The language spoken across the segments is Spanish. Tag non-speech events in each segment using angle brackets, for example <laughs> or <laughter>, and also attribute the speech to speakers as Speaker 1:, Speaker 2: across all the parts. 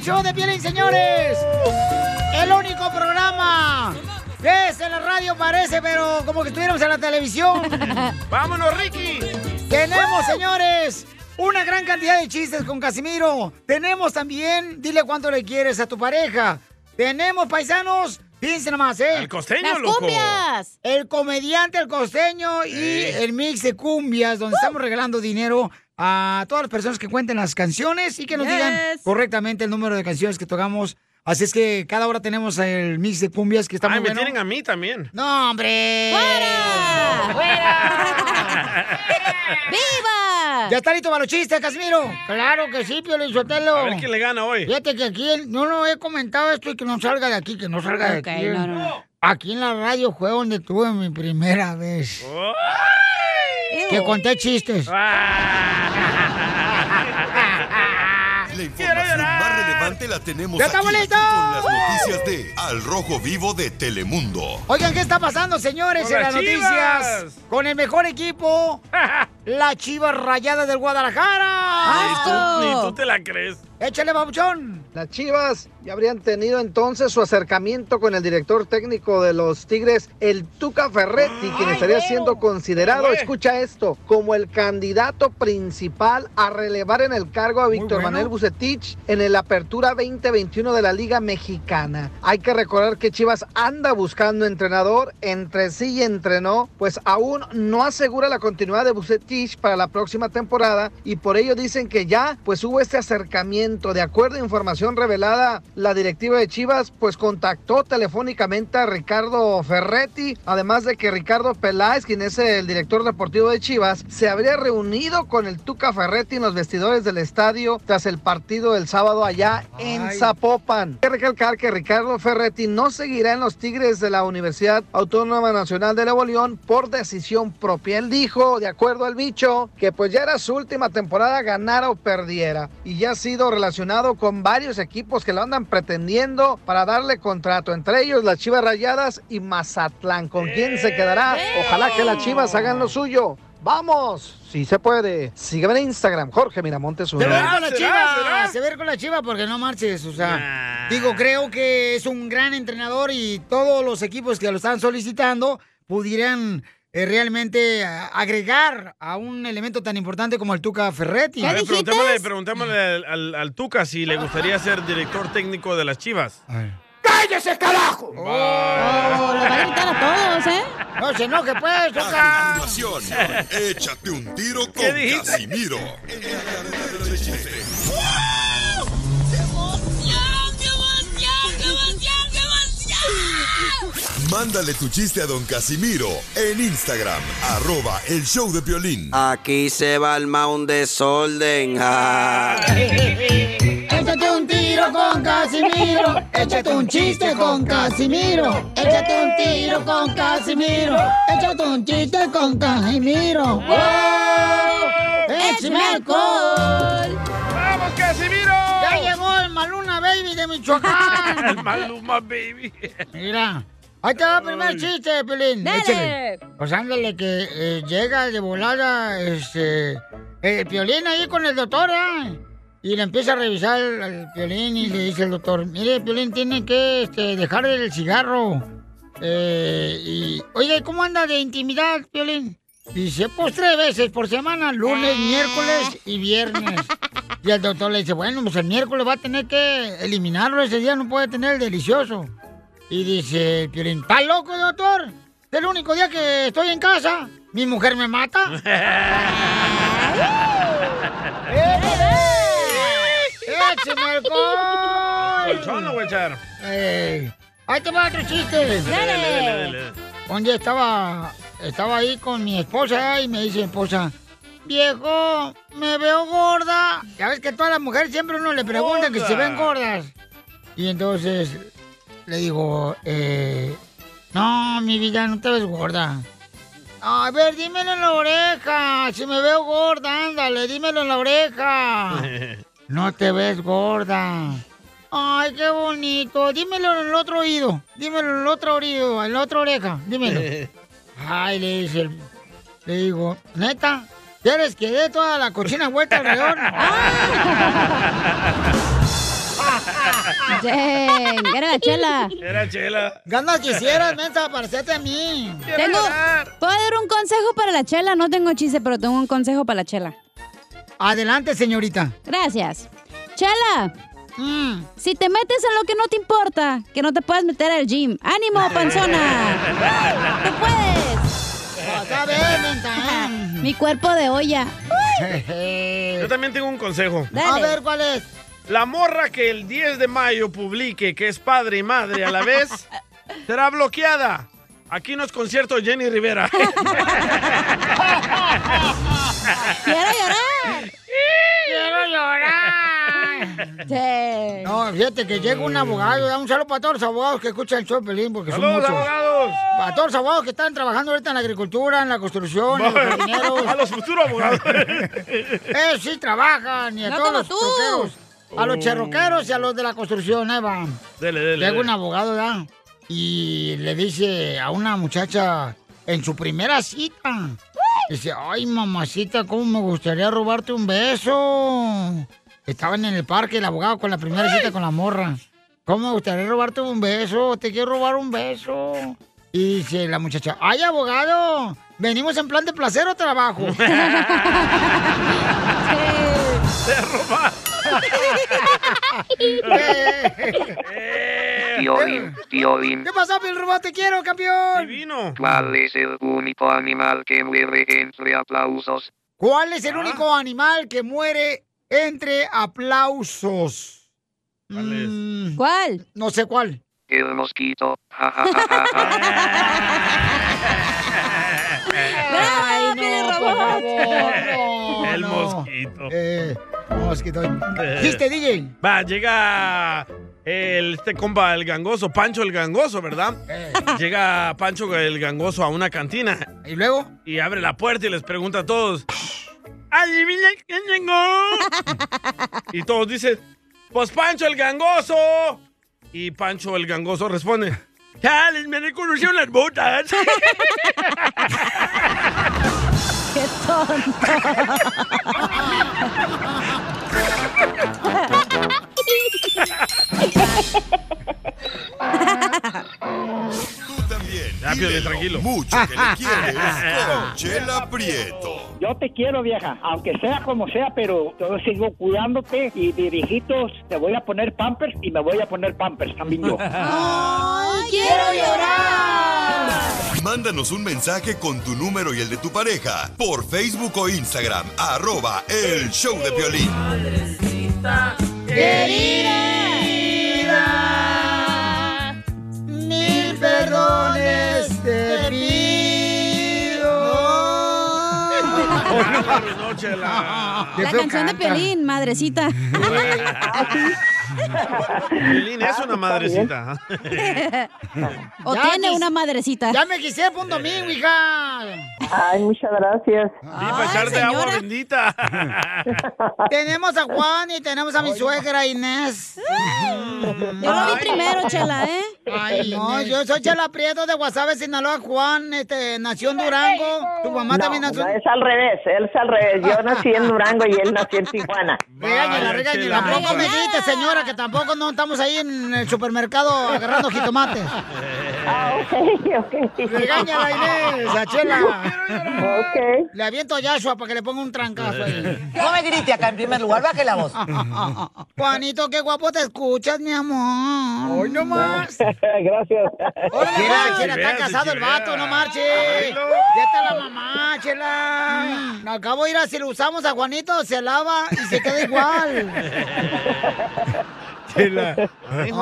Speaker 1: show de Pielín, señores. El único programa que es en la radio parece, pero como que estuviéramos en la televisión.
Speaker 2: <laughs> ¡Vámonos, Ricky!
Speaker 1: Tenemos, señores, una gran cantidad de chistes con Casimiro. Tenemos también, dile cuánto le quieres a tu pareja. Tenemos, paisanos, fíjense nomás, ¿eh?
Speaker 2: El costeño,
Speaker 1: Las
Speaker 2: loco.
Speaker 1: cumbias. El comediante, el costeño y
Speaker 2: Eh.
Speaker 1: el mix de cumbias, donde estamos regalando dinero a todas las personas que cuenten las canciones y que nos digan
Speaker 2: Yes.
Speaker 1: correctamente el número de canciones que tocamos. Así es que cada hora tenemos el mix de cumbias que está
Speaker 2: Ay,
Speaker 1: muy
Speaker 2: me
Speaker 1: bueno.
Speaker 2: tienen a mí también.
Speaker 1: ¡No, hombre!
Speaker 2: ¡Fuera!
Speaker 1: <laughs> ¡Viva! ¿Ya está listo para los chistes, Casimiro? Claro que sí, Pio Lizotelo.
Speaker 2: A ver quién le gana hoy.
Speaker 1: Fíjate que aquí el- yo no he comentado esto y que no salga de aquí, que no salga de
Speaker 2: Ok,
Speaker 1: aquí.
Speaker 2: no, no, no.
Speaker 1: Aquí en la radio fue donde tuve mi primera vez.
Speaker 2: Oh.
Speaker 1: Que conté <laughs> chistes.
Speaker 3: La información más relevante la tenemos
Speaker 1: ¡Ya
Speaker 3: aquí
Speaker 1: estamos listos!
Speaker 3: con las
Speaker 1: ¡Woo!
Speaker 3: noticias de Al Rojo Vivo de Telemundo.
Speaker 1: Oigan, ¿qué está pasando, señores,
Speaker 3: Con
Speaker 1: en
Speaker 3: las
Speaker 1: las
Speaker 3: Chivas.
Speaker 1: noticias? Con el mejor
Speaker 2: <laughs>
Speaker 1: equipo, la Chiva Rayada del Guadalajara.
Speaker 2: Ah, Ni tú, ni tú te la crees.
Speaker 1: Échale, babuchón.
Speaker 4: Las Chivas ya habrían tenido entonces su acercamiento con el director técnico de los Tigres, el Tuca Ferretti, quien estaría siendo considerado,
Speaker 5: Güey.
Speaker 4: escucha esto, como el candidato principal a relevar en el cargo a Víctor
Speaker 5: bueno.
Speaker 4: Manuel Bucetich en el Apertura 2021 de la Liga Mexicana. Hay que recordar que Chivas anda buscando entrenador, entre sí y entre no, pues aún no asegura la continuidad de Bucetich para la próxima temporada y por ello dicen que ya pues hubo este acercamiento. De acuerdo a información revelada, la directiva de Chivas pues contactó telefónicamente a Ricardo Ferretti, además de que Ricardo Peláez, quien es el director deportivo de Chivas, se habría reunido con el Tuca Ferretti en los vestidores del estadio tras el partido del sábado allá en
Speaker 5: Ay.
Speaker 4: Zapopan. Hay que recalcar que Ricardo Ferretti no seguirá en los Tigres de la Universidad Autónoma Nacional de Nuevo León por decisión propia. Él dijo, de acuerdo al bicho, que pues ya era su última temporada ganara o perdiera y ya ha sido relacionado con varios equipos que lo andan pretendiendo para darle contrato, entre ellos las Chivas Rayadas y Mazatlán. ¿Con quién se quedará? Ojalá que las Chivas hagan lo suyo. ¡Vamos! Si se puede. Sígueme en Instagram, Jorge Miramontes. uno.
Speaker 1: Se va a ir con la chiva, se va a ir con la chiva porque no marches, o sea. Digo, creo que es un gran entrenador y todos los equipos que lo están solicitando pudieran eh, realmente a- agregar a un elemento tan importante como el Tuca Ferretti.
Speaker 2: A ver, preguntémosle, preguntémosle al, al- al Tuca si le gustaría ser director técnico de las Chivas.
Speaker 1: ¡Cállese, carajo! Oh, lo Oh, va a gritar a todos, ¿eh? No se enoje, pues, Tuca.
Speaker 3: Continuación,
Speaker 1: <laughs>
Speaker 3: échate un tiro
Speaker 1: ¿Qué
Speaker 3: con
Speaker 1: dijiste?
Speaker 3: Casimiro. Mándale tu chiste a don Casimiro en Instagram, arroba el show de violín.
Speaker 6: Aquí se va el un desorden.
Speaker 1: Échate un tiro con Casimiro. Échate un chiste con Casimiro. Échate un tiro con Casimiro. Échate un chiste con Casimiro. ¡Wow! ¡Échame alcohol!
Speaker 2: ¡Vamos, Casimiro!
Speaker 1: ¡Ya llegó el Maluna Baby de <laughs> Michoacán!
Speaker 2: El Maluma Baby.
Speaker 1: Mira, ahí te va el primer chiste, Pelín.
Speaker 2: Dale.
Speaker 1: Échale. Pues ándale que eh, llega de volada este, el Piolín ahí con el doctor, ¿eh? Y le empieza a revisar al, al Piolín y le dice el doctor, mire, Piolín tiene que este, dejar el cigarro. Eh, y, oye, ¿cómo anda de intimidad, Piolín? Dice, pues tres veces por semana, lunes, miércoles y viernes. Y el doctor le dice, bueno, pues el miércoles va a tener que eliminarlo, ese día no puede tener el delicioso. Y dice, el Piolín, ¿está loco, doctor? Es el único día que estoy en casa. Mi mujer me mata. <laughs> ¡Écheme alcohol!
Speaker 2: Colchón lo voy a echar.
Speaker 1: Ey, Eh, ahí te va otro chiste. Un día estaba, estaba ahí con mi esposa y me dice mi esposa, viejo, me veo gorda. Ya ves que todas las mujeres siempre uno le <laughs> pregunta que si
Speaker 5: Gorda.
Speaker 1: ven gordas. Y entonces le digo, eh, no, mi vida, no te ves gorda. A ver, dímelo en la oreja. Si me veo gorda, ándale, dímelo en la oreja. No te ves gorda. Ay, qué bonito. Dímelo en el otro oído. Dímelo en el otro oído, en la otra oreja.
Speaker 5: <laughs>
Speaker 1: Dímelo. Ay, le dice el- Le digo, neta,
Speaker 5: <laughs>
Speaker 1: ¿quieres que dé toda la cochina vuelta alrededor? <laughs>
Speaker 5: Dang, era la chela.
Speaker 2: Era chela.
Speaker 1: Ganas quisieras, mensa, parecerte a mí.
Speaker 5: Tengo, puedo dar un consejo para la chela. No tengo chiste, pero tengo un consejo para la chela.
Speaker 1: Adelante, señorita.
Speaker 5: Gracias. Chela,
Speaker 1: Mm.
Speaker 5: si te metes en lo que no te importa, que no te puedas meter al gym. ¡Ánimo,
Speaker 1: <laughs>
Speaker 5: panzona! ¡Tú puedes!
Speaker 1: Vas a ver, mensa.
Speaker 5: Mi cuerpo de olla.
Speaker 1: <laughs> Eh.
Speaker 2: Yo también tengo un consejo.
Speaker 1: A ver, ¿cuál es?
Speaker 2: La morra que el 10 de mayo publique que es padre y madre a
Speaker 1: <laughs>
Speaker 2: la vez será bloqueada. Aquí no es concierto Jenny
Speaker 1: <laughs>
Speaker 2: Rivera.
Speaker 5: ¡Quiero llorar!
Speaker 1: ¡Quiero llorar! No, fíjate que llega un abogado, da un saludo para todos los abogados que escuchan el show de Pelín, porque son
Speaker 2: ¡Saludos,
Speaker 1: muchos.
Speaker 2: abogados!
Speaker 1: Para todos los abogados que están trabajando ahorita en la agricultura, en la construcción, en los jardineros.
Speaker 2: <laughs> A los
Speaker 1: <laughs>
Speaker 2: futuros abogados.
Speaker 1: Eh, sí trabajan, y a
Speaker 5: No
Speaker 1: todos
Speaker 5: como
Speaker 1: los
Speaker 5: tú.
Speaker 1: troqueros. A
Speaker 2: Oh.
Speaker 1: los cherroqueros y a los de la construcción, Eva.
Speaker 2: Dele, dele.
Speaker 1: Llega un
Speaker 2: dele.
Speaker 1: abogado, ¿da? Y le dice a una muchacha en su primera cita. Dice, ay, mamacita, cómo me gustaría robarte un beso. Estaban en el parque el abogado con la primera cita con la morra. ¿Cómo me gustaría robarte un beso? Te quiero robar un beso. Y dice la muchacha, ay, abogado, venimos en plan de placer o trabajo. <laughs> <laughs>
Speaker 2: ¡Se roba!
Speaker 7: Piolín, Piolín,
Speaker 1: Eh, ¿Qué pasó, Pilrubo? Te quiero, campeón.
Speaker 2: ¡Divino!
Speaker 7: ¿cuál es el único animal que muere entre aplausos?
Speaker 1: ¿Cuál es
Speaker 2: Ah.
Speaker 1: el único animal que muere entre aplausos?
Speaker 2: ¿Cuál es?
Speaker 1: Mm,
Speaker 5: ¿Cuál?
Speaker 1: no sé cuál.
Speaker 7: El mosquito. Ja, ja, ja,
Speaker 1: <laughs>
Speaker 7: ja, ja.
Speaker 1: Ah,
Speaker 5: ¡Bravo,
Speaker 1: por
Speaker 5: Piolín Robot!
Speaker 1: favor, no,
Speaker 2: El
Speaker 1: no.
Speaker 2: mosquito.
Speaker 1: Eh, mosquito.
Speaker 2: <laughs>
Speaker 1: ¿Viste, DJ?
Speaker 2: Va, llega el, este compa, el gangoso, Pancho el gangoso, ¿verdad?
Speaker 1: Eh,
Speaker 2: Llega Pancho el gangoso a una cantina
Speaker 1: ¿Y luego?
Speaker 2: y abre la puerta y les pregunta a todos: ¡Adivina quién llegó! y todos dicen: ¡Pues Pancho el gangoso! Y Pancho el gangoso responde: ¡Chales, me reconocieron
Speaker 5: <laughs>
Speaker 2: las botas!
Speaker 5: ¡Qué tonto!
Speaker 8: <laughs>
Speaker 3: Tú también.
Speaker 2: Ya,
Speaker 3: dile
Speaker 2: Piolín, tranquilo.
Speaker 3: Mucho que le quieres
Speaker 1: <laughs>
Speaker 3: con Chela Prieto.
Speaker 9: Yo te quiero, vieja, aunque sea como sea, pero yo sigo cuidándote y de viejitos te voy a poner pampers y me voy a poner pampers también yo.
Speaker 1: <laughs>
Speaker 5: ¡Ay, quiero llorar!
Speaker 3: Mándanos un mensaje con tu número y el de tu pareja por Facebook o Instagram, arroba el show de violín.
Speaker 10: <laughs>
Speaker 1: Querida, mil perdones te pido.
Speaker 2: no, chela!
Speaker 5: La canción de Piolín,
Speaker 1: <laughs>
Speaker 5: madrecita.
Speaker 2: Piolín es una madrecita.
Speaker 5: O
Speaker 1: <laughs> Ya,
Speaker 5: tiene
Speaker 1: dis-
Speaker 5: una madrecita.
Speaker 1: Ya me quise punto domingo, hija.
Speaker 11: Ay, muchas gracias.
Speaker 2: Y para
Speaker 5: Ay,
Speaker 2: echarte agua
Speaker 5: señora.
Speaker 2: bendita.
Speaker 5: <laughs>
Speaker 1: Tenemos a Juan y tenemos a mi suegra Inés.
Speaker 5: Mm. Yo lo vi primero, chela, ¿eh?
Speaker 1: Ay, no, yo soy Chela Prieto de Guasave, Sinaloa, Juan, este, nació en Durango. Tu mamá
Speaker 11: No,
Speaker 1: también nació.
Speaker 11: no, es al revés, él es al revés. Yo nací en Durango y él nació en Tijuana.
Speaker 1: Regáñela,
Speaker 2: Vaya,
Speaker 1: regáñela.
Speaker 2: Chela.
Speaker 1: Tampoco me dijiste, señora, que tampoco no estamos ahí en el supermercado agarrando jitomates.
Speaker 11: Ah, ok, ok.
Speaker 1: Regáñala, Inés, a Chela.
Speaker 11: Ok.
Speaker 1: Le aviento a Yashua para que le ponga un trancazo ahí.
Speaker 12: No me grite acá en primer lugar, baje la voz.
Speaker 1: Juanito, qué guapo te escuchas, mi amor. Hoy no más.
Speaker 9: Gracias.
Speaker 1: Órale,
Speaker 2: Mira,
Speaker 1: Juan,
Speaker 2: si
Speaker 1: Chela, está
Speaker 2: veas,
Speaker 1: casado
Speaker 2: si
Speaker 1: el vato,
Speaker 2: veas.
Speaker 1: no marche.
Speaker 2: Arreglo.
Speaker 1: Ya está la mamá, chela. Acabo de ir a si lo usamos a Juanito, se lava y se queda igual.
Speaker 2: Chela.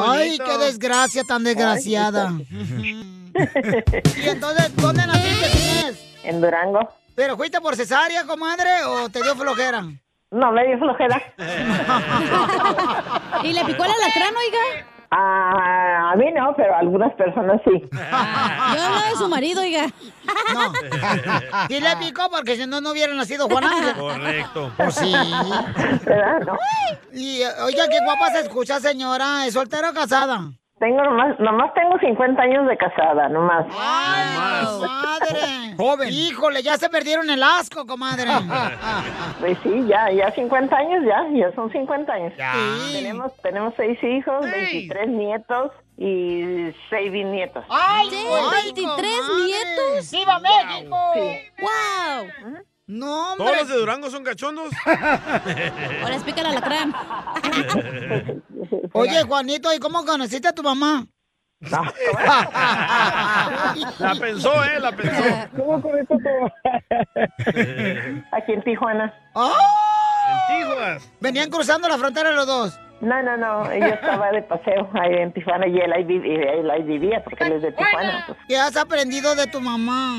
Speaker 1: Ay, qué desgracia tan desgraciada. <laughs> y entonces, ¿dónde naciste, Inés?
Speaker 11: En Durango.
Speaker 1: ¿Pero fuiste por cesárea, comadre, o te dio flojera?
Speaker 11: No, me dio flojera.
Speaker 5: ¿Y le picó el alacrán, oiga?
Speaker 11: Ah, a mí no, pero a algunas personas sí.
Speaker 5: Yo hablo de su marido, oiga.
Speaker 1: No. <laughs> Sí le picó porque si no, no hubiera nacido Juan Ángel.
Speaker 2: <laughs> Correcto.
Speaker 1: <laughs> Pues sí.
Speaker 11: ¿Verdad? No.
Speaker 1: Y, eh, oiga, qué guapa se escucha, señora. ¿Es soltera o casada?
Speaker 11: Tengo nomás, nomás tengo 50 años de casada, nomás.
Speaker 1: ¡Madre! ¡Joven! ¡Híjole! Ya se perdieron el asco, comadre.
Speaker 11: Pues sí, ya, ya 50 años, ya, ya son 50 años. Tenemos, tenemos seis hijos, 23 nietos y seis bisnietos.
Speaker 1: ¡Ay,
Speaker 5: Sí,
Speaker 1: ay,
Speaker 5: 23
Speaker 1: comadre.
Speaker 5: nietos.
Speaker 1: ¡Viva México!
Speaker 5: ¡Wow!
Speaker 1: No,
Speaker 2: ¿Todos los de Durango son cachondos?
Speaker 5: Ahora explícale al alacrán.
Speaker 1: Oye, Juanito, ¿y cómo conociste a tu mamá?
Speaker 2: <laughs> La pensó, ¿eh? La pensó.
Speaker 11: ¿Cómo con esto Aquí en Tijuana.
Speaker 2: Tijuas.
Speaker 1: Venían cruzando la frontera los dos.
Speaker 11: No, no, no, yo estaba de paseo ahí en Tijuana y él ahí, vi- y él ahí vivía porque él es de Tijuana. pues.
Speaker 1: ¿Qué has aprendido de tu mamá?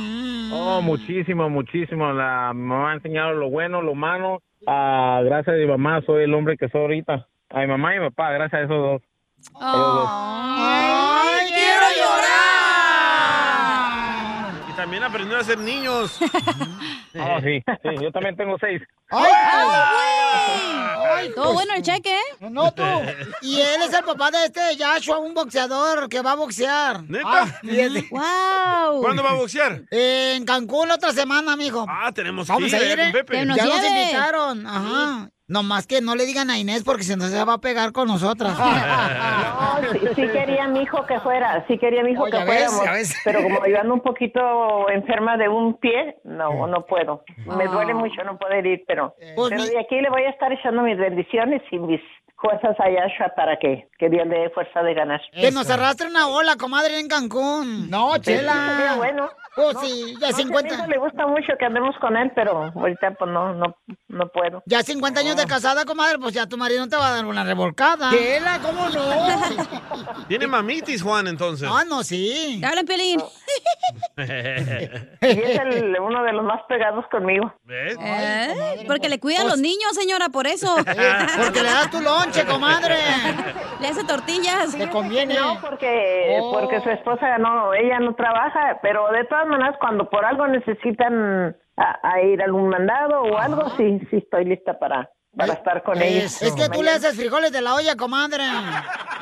Speaker 10: Oh, muchísimo, muchísimo. La mamá ha enseñado lo bueno, lo malo. Ah, gracias a mi mamá soy el hombre que soy ahorita. A mi mamá y mi papá, gracias a esos dos.
Speaker 1: ¡Ay, quiero llorar!
Speaker 2: Y también aprendió a ser niños.
Speaker 10: Oh, sí, sí, yo también tengo seis.
Speaker 1: ¡Ay, pues,
Speaker 5: Todo bueno el cheque, ¿eh?
Speaker 1: No, tú. Y él es el papá de este Yashua, un boxeador que va a boxear. Ah,
Speaker 2: ¿Neta?
Speaker 1: ¡Wow!
Speaker 2: ¿Cuándo va a boxear?
Speaker 1: en Cancún la otra semana, mijo.
Speaker 2: Ah,
Speaker 11: Pues
Speaker 2: tenemos que
Speaker 1: Vamos
Speaker 2: ir,
Speaker 1: a
Speaker 2: ¿eh,
Speaker 1: ir,
Speaker 2: con
Speaker 1: ¿eh?
Speaker 2: Pepe.
Speaker 1: Ya nos invitaron. Ah. Ajá. Nomás que no le digan a Inés porque si no se va a pegar con nosotras.
Speaker 11: <laughs> No, sí, sí quería a mi hijo que fuera, sí quería a mi hijo
Speaker 1: Oh,
Speaker 11: que
Speaker 1: ya ves,
Speaker 11: fuéramos,
Speaker 1: ya ves.
Speaker 11: pero como yo ando un poquito enferma de un pie, no, no puedo.
Speaker 1: Ah.
Speaker 11: Me duele mucho no poder ir, pero, pero
Speaker 1: Pues
Speaker 11: de aquí le voy a estar echando mis bendiciones y mis fuerzas a Yashua para que, que Dios le dé fuerza de ganar.
Speaker 1: Que nos arrastre una ola, comadre, en Cancún. No,
Speaker 11: Eso sería
Speaker 1: chela.
Speaker 11: bueno.
Speaker 1: Pues
Speaker 11: No,
Speaker 1: sí, ya
Speaker 11: no, si a mi
Speaker 1: 50.
Speaker 11: hijo le gusta mucho que andemos con él, pero ahorita pues no, no, no puedo.
Speaker 1: Ya 50 años de casada, comadre, pues ya tu marido no te va a dar una revolcada.
Speaker 2: Chela,
Speaker 1: ¿Cómo no?
Speaker 2: Tiene mamitis, Juan, entonces.
Speaker 1: Ah, <laughs> no, sí.
Speaker 5: Habla, Piolín.
Speaker 2: <laughs>
Speaker 11: Y
Speaker 1: <laughs>
Speaker 11: es el- uno de los más pegados conmigo.
Speaker 2: ¿Ves?
Speaker 5: ¿Eh? Porque le cuida a los niños, señora, por eso.
Speaker 1: Pues- Porque le das tu lonche, comadre.
Speaker 5: <laughs> Le hace tortillas.
Speaker 1: Te conviene.
Speaker 11: No, porque,
Speaker 1: Oh.
Speaker 11: eh, porque su esposa no, ella no trabaja, pero de todas maneras cuando por algo necesitan a, a ir a algún mandado o algo, sí, sí estoy lista para, para estar con ella.
Speaker 1: Es, es que tú le haces frijoles de la olla, comadre.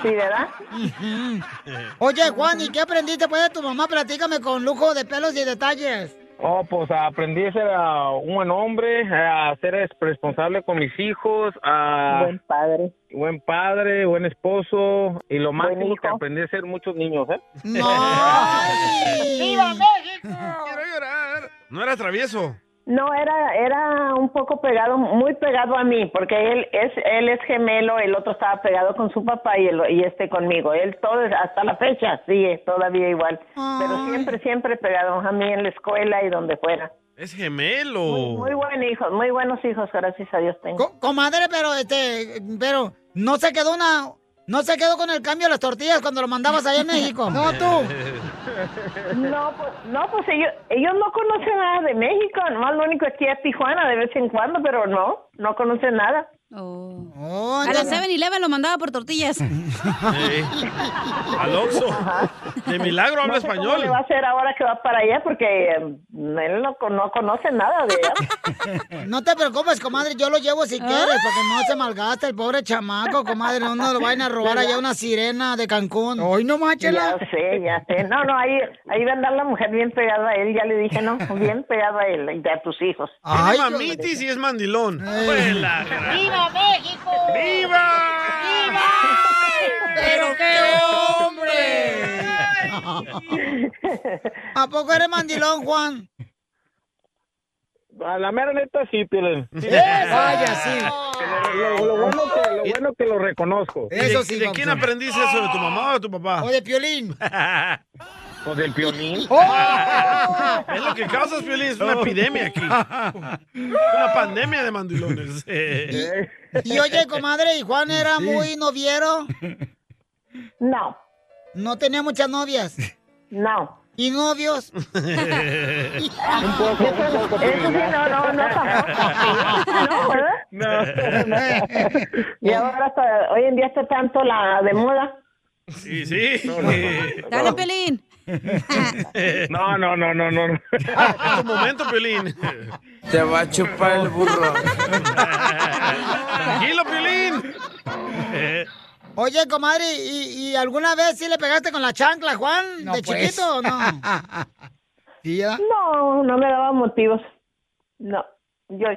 Speaker 11: Sí, ¿verdad?
Speaker 1: Ujú. Oye, Juan, ¿y qué aprendiste pues de tu mamá? Platícame con lujo de pelos y detalles.
Speaker 10: Oh, pues aprendí a ser ah, un buen hombre, a ser es- responsable con mis hijos, a
Speaker 11: Buen padre.
Speaker 10: buen padre, buen esposo y lo
Speaker 11: Buen
Speaker 10: máximo que
Speaker 11: hijo.
Speaker 10: aprendí a ser muchos niños, ¿eh?
Speaker 1: ¡Viva México!
Speaker 2: No era travieso.
Speaker 11: No, era, era un poco pegado, muy pegado a mí, porque él es, él es gemelo, el otro estaba pegado con su papá y, el, y este conmigo. Él todo, hasta la fecha, sigue todavía igual. Pero siempre, siempre pegado a mí en la escuela y donde fuera.
Speaker 2: Es gemelo.
Speaker 11: Muy buen hijo, muy buenos hijos, gracias a Dios tengo.
Speaker 1: Co- comadre, pero este, pero no se quedó una, no se quedó con el cambio de las tortillas cuando lo mandabas allá en México. <laughs> No, tú.
Speaker 11: No, pues, no, pues ellos, ellos no conocen nada de México, nomás lo único aquí es Tijuana de vez en cuando, pero no, no conocen nada.
Speaker 5: Oh.
Speaker 1: Oh,
Speaker 5: A la 7-Eleven lo mandaba por tortillas.
Speaker 2: Eh, Al Oxxo. De milagro habla
Speaker 11: no sé cómo
Speaker 2: español.
Speaker 11: le va a hacer ahora que va para allá? Porque eh, él no, con- no conoce nada de Ah. allá.
Speaker 1: <laughs> No te preocupes, comadre, yo lo llevo si quieres, para que no se malgaste el pobre chamaco, comadre, no nos lo vayan a robar allá una sirena de Cancún. Hoy no
Speaker 11: ya
Speaker 1: máchela.
Speaker 11: sé, <laughs> ya sé. No, no, ahí, ahí va a andar la mujer bien pegada a él, ya le dije, no, bien pegada a él y a tus hijos.
Speaker 2: Tiene
Speaker 1: Ay, yo-
Speaker 2: mamitis y es mandilón. Fue la gran-
Speaker 1: ¡Viva México!
Speaker 2: ¡Viva!
Speaker 1: ¡Pero qué hombre! ¿A poco eres mandilón, Juan?
Speaker 10: <laughs> A la mera neta sí,
Speaker 2: <laughs>
Speaker 10: Piolín. Sí,
Speaker 1: Vaya, sí.
Speaker 10: Lo, lo bueno que, lo bueno que lo reconozco.
Speaker 2: ¿Y de-
Speaker 1: Eso sí,
Speaker 2: ¿De quién
Speaker 1: papuchón.
Speaker 2: aprendiste eso? ¿De tu mamá o de tu papá?
Speaker 1: O de piolín.
Speaker 10: <laughs> Pues
Speaker 2: <laughs>
Speaker 10: del Piolín. ¡Oh!
Speaker 2: Es lo que causas, Piolín. Es una epidemia
Speaker 10: <laughs>
Speaker 2: aquí. Una pandemia de mandilones. Eh,
Speaker 1: <laughs> Y oye, comadre, ¿y Juan era muy noviero?
Speaker 11: <laughs> No,
Speaker 1: No tenía muchas novias.
Speaker 11: no.
Speaker 1: ¿Y
Speaker 11: <laughs>
Speaker 1: novios?
Speaker 10: Un poco, un poco,
Speaker 11: Eso
Speaker 10: Piolín.
Speaker 11: sí, no, no, no, tampoco. No, ¿verdad?
Speaker 10: No,
Speaker 11: Y ahora hasta- hoy en día está tanto la de moda.
Speaker 2: Sí, sí. Eh,
Speaker 5: Dale, Piolín.
Speaker 10: no, no, no, no, no, no.
Speaker 2: Es tu momento, Piolín.
Speaker 6: Te va a chupar el burro.
Speaker 2: Tranquilo, Piolín. Eh,
Speaker 1: Oye, comadre, ¿y, y alguna vez sí le pegaste con la chancla, Juan? ¿De
Speaker 11: pues.
Speaker 1: chiquito
Speaker 11: <laughs>
Speaker 1: o no?
Speaker 11: No, no me daba motivos. No, yo,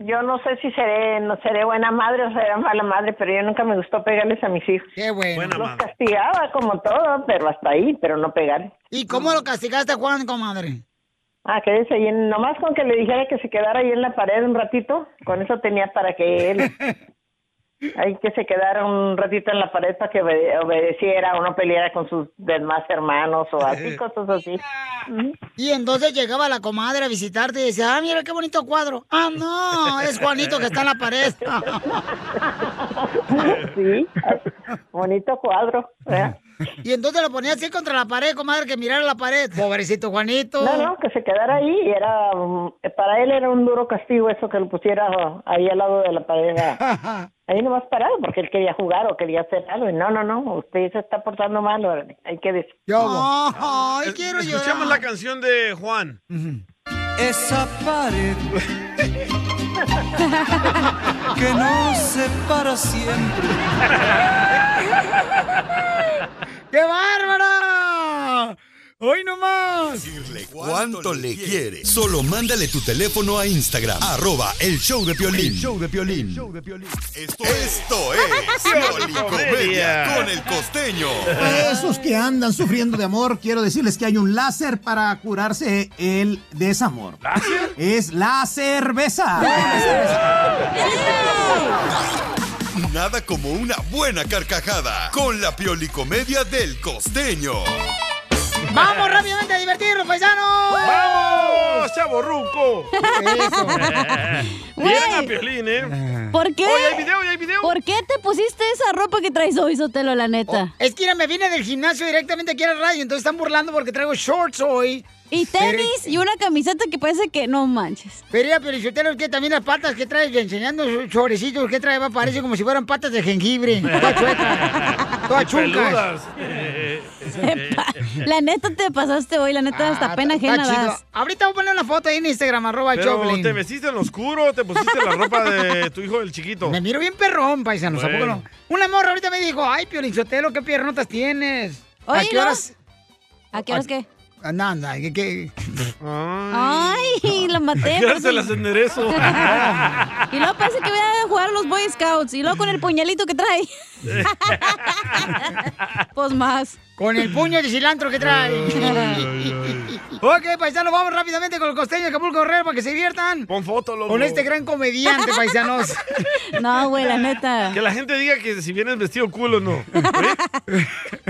Speaker 11: yo no sé si seré, no seré buena madre o seré mala madre, pero yo nunca me gustó pegarles a mis hijos.
Speaker 1: Qué bueno. Buena
Speaker 11: Los
Speaker 1: madre.
Speaker 11: castigaba como todo, pero hasta ahí, pero no pegar.
Speaker 1: ¿Y cómo lo castigaste, Juan, comadre?
Speaker 11: Ah, que dice, y nomás con que le dijera que se quedara ahí en la pared un ratito, con eso tenía para que él, ahí que se quedara un ratito en la pared para que obede- obedeciera o no peleara con sus demás hermanos o así, cosas así.
Speaker 1: Y entonces llegaba la comadre a visitarte y decía, ah, mira qué bonito cuadro. Ah, no, es Juanito que está en la
Speaker 11: <laughs>
Speaker 1: pared.
Speaker 11: Sí, bonito cuadro. ¿verdad?
Speaker 1: y entonces lo ponía así contra la pared, comadre, que mirara la pared. Pobrecito Juanito.
Speaker 11: No, no, que se quedara ahí y era, um, para él era un duro castigo eso que lo pusiera ahí al lado de la pared. a- Ahí nomás parado porque él quería jugar o quería hacer algo. Y no, no, no, usted se está portando mal, órale, hay que decir.
Speaker 2: Es- Escuchemos la canción de Juan.
Speaker 13: Esa pared <laughs> que nos separa siempre.
Speaker 1: <laughs> ¡Qué bárbara! ¡Hoy nomás!
Speaker 3: ¿Cuánto le quieres? Solo mándale tu teléfono a Instagram. Arroba el show de Piolín.
Speaker 14: El
Speaker 3: show de Piolín. Esto, Esto es Piolicomedia con el costeño.
Speaker 14: Para esos que andan sufriendo de amor, quiero decirles que hay un láser para curarse el desamor. ¿Láser? Es la cerveza.
Speaker 3: Nada como una buena carcajada con la Piolicomedia del costeño.
Speaker 1: ¡Vamos rápidamente a divertirnos, paisanos!
Speaker 2: ¡Vamos, ¡Oh, chavo ruco!
Speaker 1: Eso.
Speaker 2: Vieron a
Speaker 5: Güey.
Speaker 2: Piolín, ¿eh?
Speaker 5: ¿Por qué?
Speaker 2: Oye, hay video, ya hay video.
Speaker 5: ¿Por qué te pusiste esa ropa que traes hoy, Sotelo, la neta?
Speaker 1: Oh, Es que mira, me vine del gimnasio directamente aquí a la radio, entonces están burlando porque traigo shorts hoy.
Speaker 5: Y tenis y una camiseta que parece que no manches.
Speaker 1: Pero mira, Piolichotelo, que también las patas que traes, enseñando sus chorecitos que trae, va, parece como si fueran patas de
Speaker 11: <laughs>
Speaker 1: jengibre. Toda chueca. Toda
Speaker 2: Y
Speaker 1: chunca.
Speaker 2: peludas. <laughs>
Speaker 11: <laughs>
Speaker 5: La neta te pasaste hoy, la neta hasta pena ajena das.
Speaker 1: Ah, Ahorita voy a poner una foto ahí en Instagram, arroba el
Speaker 2: Pero
Speaker 1: Choplin.
Speaker 2: te vestiste en lo oscuro, te pusiste la ropa de tu hijo el chiquito.
Speaker 1: Me miro bien perrón, paisanos, ¿a poco no?
Speaker 2: Bueno.
Speaker 1: Una morra ahorita me dijo, ay, Piolichotelo, qué piernotas tienes.
Speaker 5: Oye,
Speaker 1: ¿A qué
Speaker 5: ¿no?
Speaker 1: horas?
Speaker 5: ¿A qué horas qué?
Speaker 1: Ah, No, no, que... que-
Speaker 5: Ah, Ay, <laughs> la maté.
Speaker 2: Ya
Speaker 5: parece-
Speaker 2: se las enderezo.
Speaker 5: Y luego parece que voy a jugar a los Boy Scouts. Y luego con el puñalito que trae. pues más.
Speaker 1: Con el puño de cilantro que
Speaker 5: <laughs>
Speaker 1: trae. ok, paisanos, vamos rápidamente con el costeño de Acapulco Correo para que se diviertan.
Speaker 2: Pon foto, loco.
Speaker 1: Con este gran comediante, paisanos.
Speaker 5: <laughs> No, güey, la neta.
Speaker 2: Que la gente diga que si vienes vestido culo o no.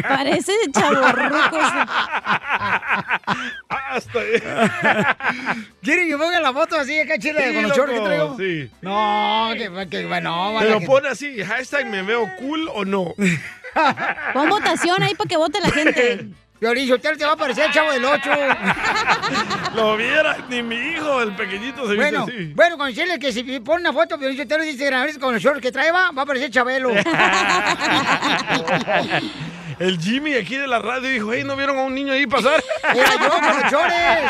Speaker 5: Parece chaborruco.
Speaker 2: Hasta
Speaker 1: <laughs> ¿Quieren que ponga la foto así acá chile
Speaker 2: Sí,
Speaker 1: con los shorts que
Speaker 2: loco,
Speaker 1: traigo?
Speaker 2: sí.
Speaker 1: No, que, que bueno, vale.
Speaker 2: Pero
Speaker 1: que-
Speaker 2: pone así, hashtag me veo cool
Speaker 1: <laughs>
Speaker 2: o no.
Speaker 5: Pon votación ahí para que vote
Speaker 1: <laughs>
Speaker 5: la gente.
Speaker 1: Piolín, usted te va a parecer el chavo del 8.
Speaker 2: <laughs> Lo vieras, ni mi hijo, el pequeñito, se
Speaker 1: Bueno,
Speaker 2: viste así.
Speaker 1: bueno, con decirle que si pone una foto, Piolín, usted lo dice, "A ver, con los shorts que trae va, va a parecer Chabelo.
Speaker 2: <laughs> El Jimmy aquí de la radio dijo, hey, ¿no vieron a un niño ahí pasar?
Speaker 1: <laughs> Era yo con los chores.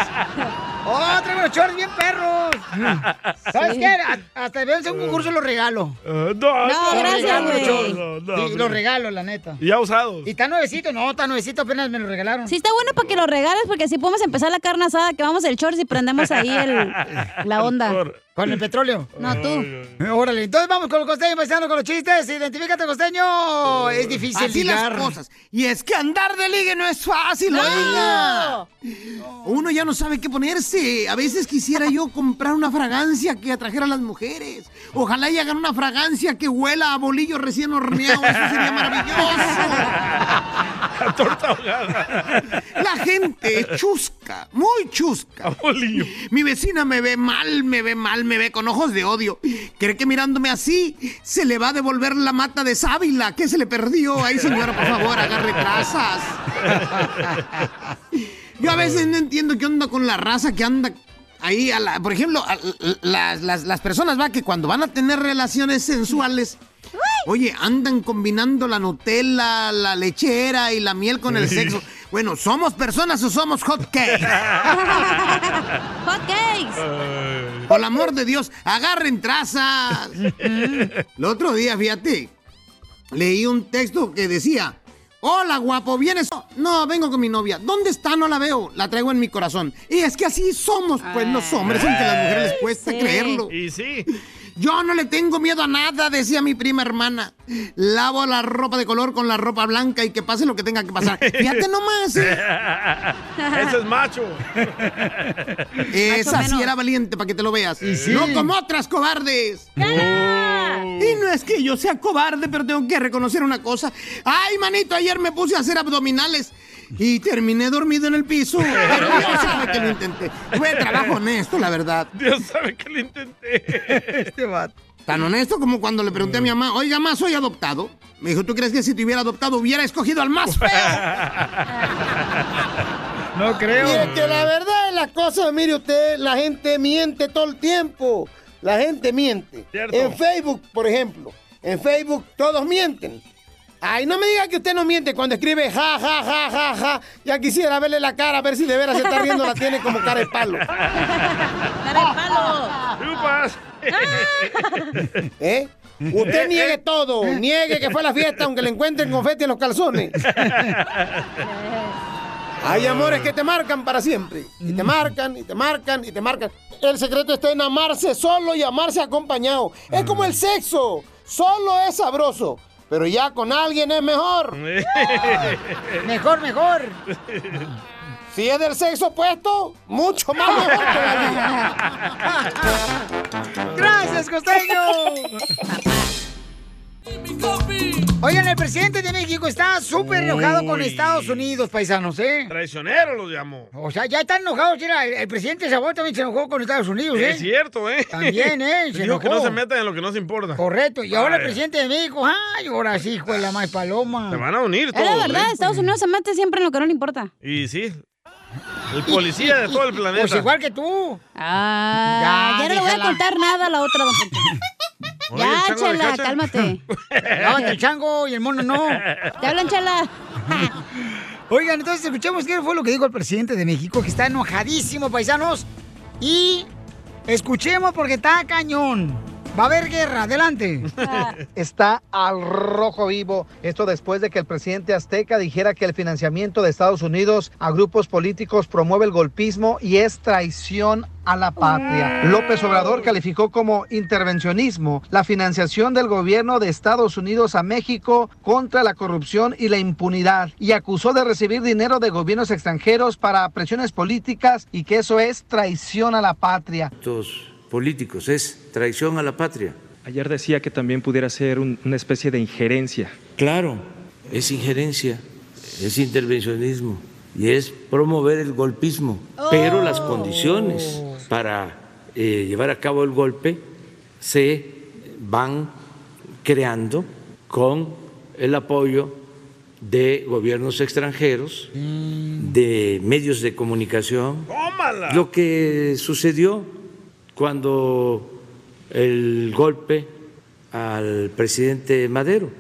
Speaker 1: Oh, traigo los chores bien perros.
Speaker 2: <laughs>
Speaker 1: ¿Sabes
Speaker 2: Sí.
Speaker 1: qué? A- Hasta vence un concurso los regalo.
Speaker 2: Eh, no, no,
Speaker 1: regalo,
Speaker 2: no,
Speaker 1: los chores.
Speaker 2: no, no,
Speaker 1: Sí,
Speaker 2: hombre.
Speaker 1: los regalo, la neta.
Speaker 2: Ya
Speaker 1: <laughs>
Speaker 2: usados.
Speaker 1: ¿Y está nuevecito? No, está nuevecito, apenas me lo regalaron.
Speaker 5: Sí, está bueno para que lo regales, porque así podemos empezar la carne asada, que vamos el shorts y prendemos ahí
Speaker 1: <laughs>
Speaker 5: el, la onda.
Speaker 1: Con el petróleo.
Speaker 5: No, tú.
Speaker 1: Eh, Órale, entonces vamos con el costeño, paisano, con los chistes. Identifícate, costeño. Es difícil
Speaker 14: Así
Speaker 1: ligar.
Speaker 14: las cosas. Y es que andar de ligue no es fácil,
Speaker 1: No.
Speaker 14: oiga. Uno ya no sabe qué ponerse. A veces quisiera yo comprar una fragancia que atrajera a las mujeres. Ojalá y hagan una fragancia que huela a bolillo recién horneado. Pues Eso sería maravilloso.
Speaker 2: Torta ahogada.
Speaker 14: La gente es chusca, muy chusca. Mi vecina me ve mal, me ve mal, me ve con ojos de odio. Cree que mirándome así se le va a devolver la mata de sábila que se le perdió. Ay, señora, por favor, agarre trazas. Yo a veces no entiendo qué onda con la raza que anda ahí. A la, por ejemplo, a- las, las- las personas, va, que cuando van a tener relaciones sensuales, oye, andan combinando la Nutella, la lechera y la miel con el
Speaker 13: Sí.
Speaker 14: sexo. Bueno, ¿somos personas o somos hot cakes?
Speaker 5: <laughs> ¡Hot cakes!
Speaker 2: Eh,
Speaker 14: Por el
Speaker 2: <laughs>
Speaker 14: amor de Dios, agarren trazas. El otro día, fíjate,
Speaker 15: leí un texto que decía, hola guapo, ¿vienes? No, vengo con mi novia. ¿Dónde está? No la veo. La traigo en mi corazón. Y es que así somos, pues los hombres, aunque a las mujeres les cuesta
Speaker 2: Ah. Sí.
Speaker 15: creerlo.
Speaker 2: Y sí.
Speaker 15: Yo no le tengo miedo a nada, decía mi prima hermana. Lavo la ropa de color con la ropa blanca y que pase lo que tenga
Speaker 2: <laughs>
Speaker 15: que pasar. Fíjate nomás. ¿eh?
Speaker 2: Eso es macho.
Speaker 15: Esa sí era valiente para que te lo veas.
Speaker 2: sí. Oh.
Speaker 15: No como otras cobardes. Y no es que yo sea cobarde, pero tengo que reconocer una cosa. Ay, manito, ayer me puse a hacer abdominales y terminé dormido en el piso. Pero Dios sabe que lo intenté. Fue trabajo honesto, la verdad.
Speaker 2: Dios sabe que lo intenté.
Speaker 15: Este vato. Tan honesto como cuando le pregunté a mi mamá, oiga, mamá, soy adoptado. Me dijo, ¿tú crees que si te hubiera adoptado hubiera escogido al más feo?
Speaker 1: No creo.
Speaker 14: Mire que la verdad es la cosa, mire usted, la gente miente todo el tiempo. La gente miente. En Facebook, por ejemplo, en Facebook todos mienten. Ay, no me diga que usted no miente cuando escribe ja, ja, ja, ja, ja. Ya quisiera verle la cara, a ver si de veras se está riendo, la tiene como cara de palo.
Speaker 5: <laughs> Ah.
Speaker 14: ¿Eh? Usted
Speaker 1: eh.
Speaker 14: niegue todo, niegue que fue a la fiesta aunque le encuentren confeti en los calzones. Hay amores que te marcan para siempre. Y
Speaker 1: Mm.
Speaker 14: te marcan, y te marcan, y te marcan. El secreto está en amarse solo y amarse acompañado. Es como el sexo. Solo es sabroso. Pero ya con alguien es mejor.
Speaker 1: <laughs> Mejor, mejor.
Speaker 14: Si es del sexo opuesto, mucho más mejor todavía.
Speaker 1: ¡Gracias, costeño! Oigan, el presidente de México está súper enojado con
Speaker 2: Uy.
Speaker 1: Estados Unidos, paisanos, ¿eh?
Speaker 2: Traicionero los llamó.
Speaker 1: O sea, ya están enojados. Mira, el, el presidente Sabor también se enojó con Estados Unidos, ¿eh?
Speaker 2: Es cierto, ¿eh?
Speaker 1: También,
Speaker 2: <laughs>
Speaker 1: ¿eh? Se
Speaker 2: Les digo que no
Speaker 1: enojó.
Speaker 2: se metan en lo que no se importa.
Speaker 1: Correcto. Y ahora el
Speaker 2: Vaya.
Speaker 1: presidente de México, ay, ahora sí, hijo de la más paloma.
Speaker 2: Se van a unir
Speaker 5: Es la
Speaker 2: todos.
Speaker 5: verdad,
Speaker 2: ¿eh?
Speaker 5: Estados Unidos se mete siempre en lo que no le importa.
Speaker 2: Y sí. El policía de todo el planeta.
Speaker 5: Pues igual
Speaker 1: que tú.
Speaker 5: Ah, ya,
Speaker 2: Ya,
Speaker 5: no le voy a
Speaker 2: déjala.
Speaker 5: contar nada a la otra, don Poncho.
Speaker 2: Oye, el
Speaker 5: Ya,
Speaker 2: chango de
Speaker 5: chala,
Speaker 2: Cacha.
Speaker 5: cálmate.
Speaker 1: <laughs> Lávate el chango y el mono no.
Speaker 5: Te hablan, chala.
Speaker 1: <laughs> Oigan, entonces escuchemos qué fue lo que dijo el presidente de México, que está enojadísimo, paisanos. Y escuchemos porque está cañón. Va a haber guerra, adelante.
Speaker 4: está al rojo vivo. Esto después de que el presidente azteca dijera que el financiamiento de Estados Unidos a grupos políticos promueve el golpismo y es traición a la patria. López Obrador calificó como intervencionismo la financiación del gobierno de Estados Unidos a México contra la corrupción y la impunidad y acusó de recibir dinero de gobiernos extranjeros para presiones políticas y que eso es traición a la patria.
Speaker 16: estos políticos, es traición a la patria.
Speaker 17: Ayer decía que también pudiera ser un- una especie de injerencia.
Speaker 16: Claro, es injerencia, es intervencionismo y es promover el golpismo, pero las condiciones para eh, llevar a cabo el golpe se van creando con el apoyo de gobiernos extranjeros, de medios de comunicación,
Speaker 2: ¡Tómala!
Speaker 16: lo que sucedió cuando el golpe al presidente Madero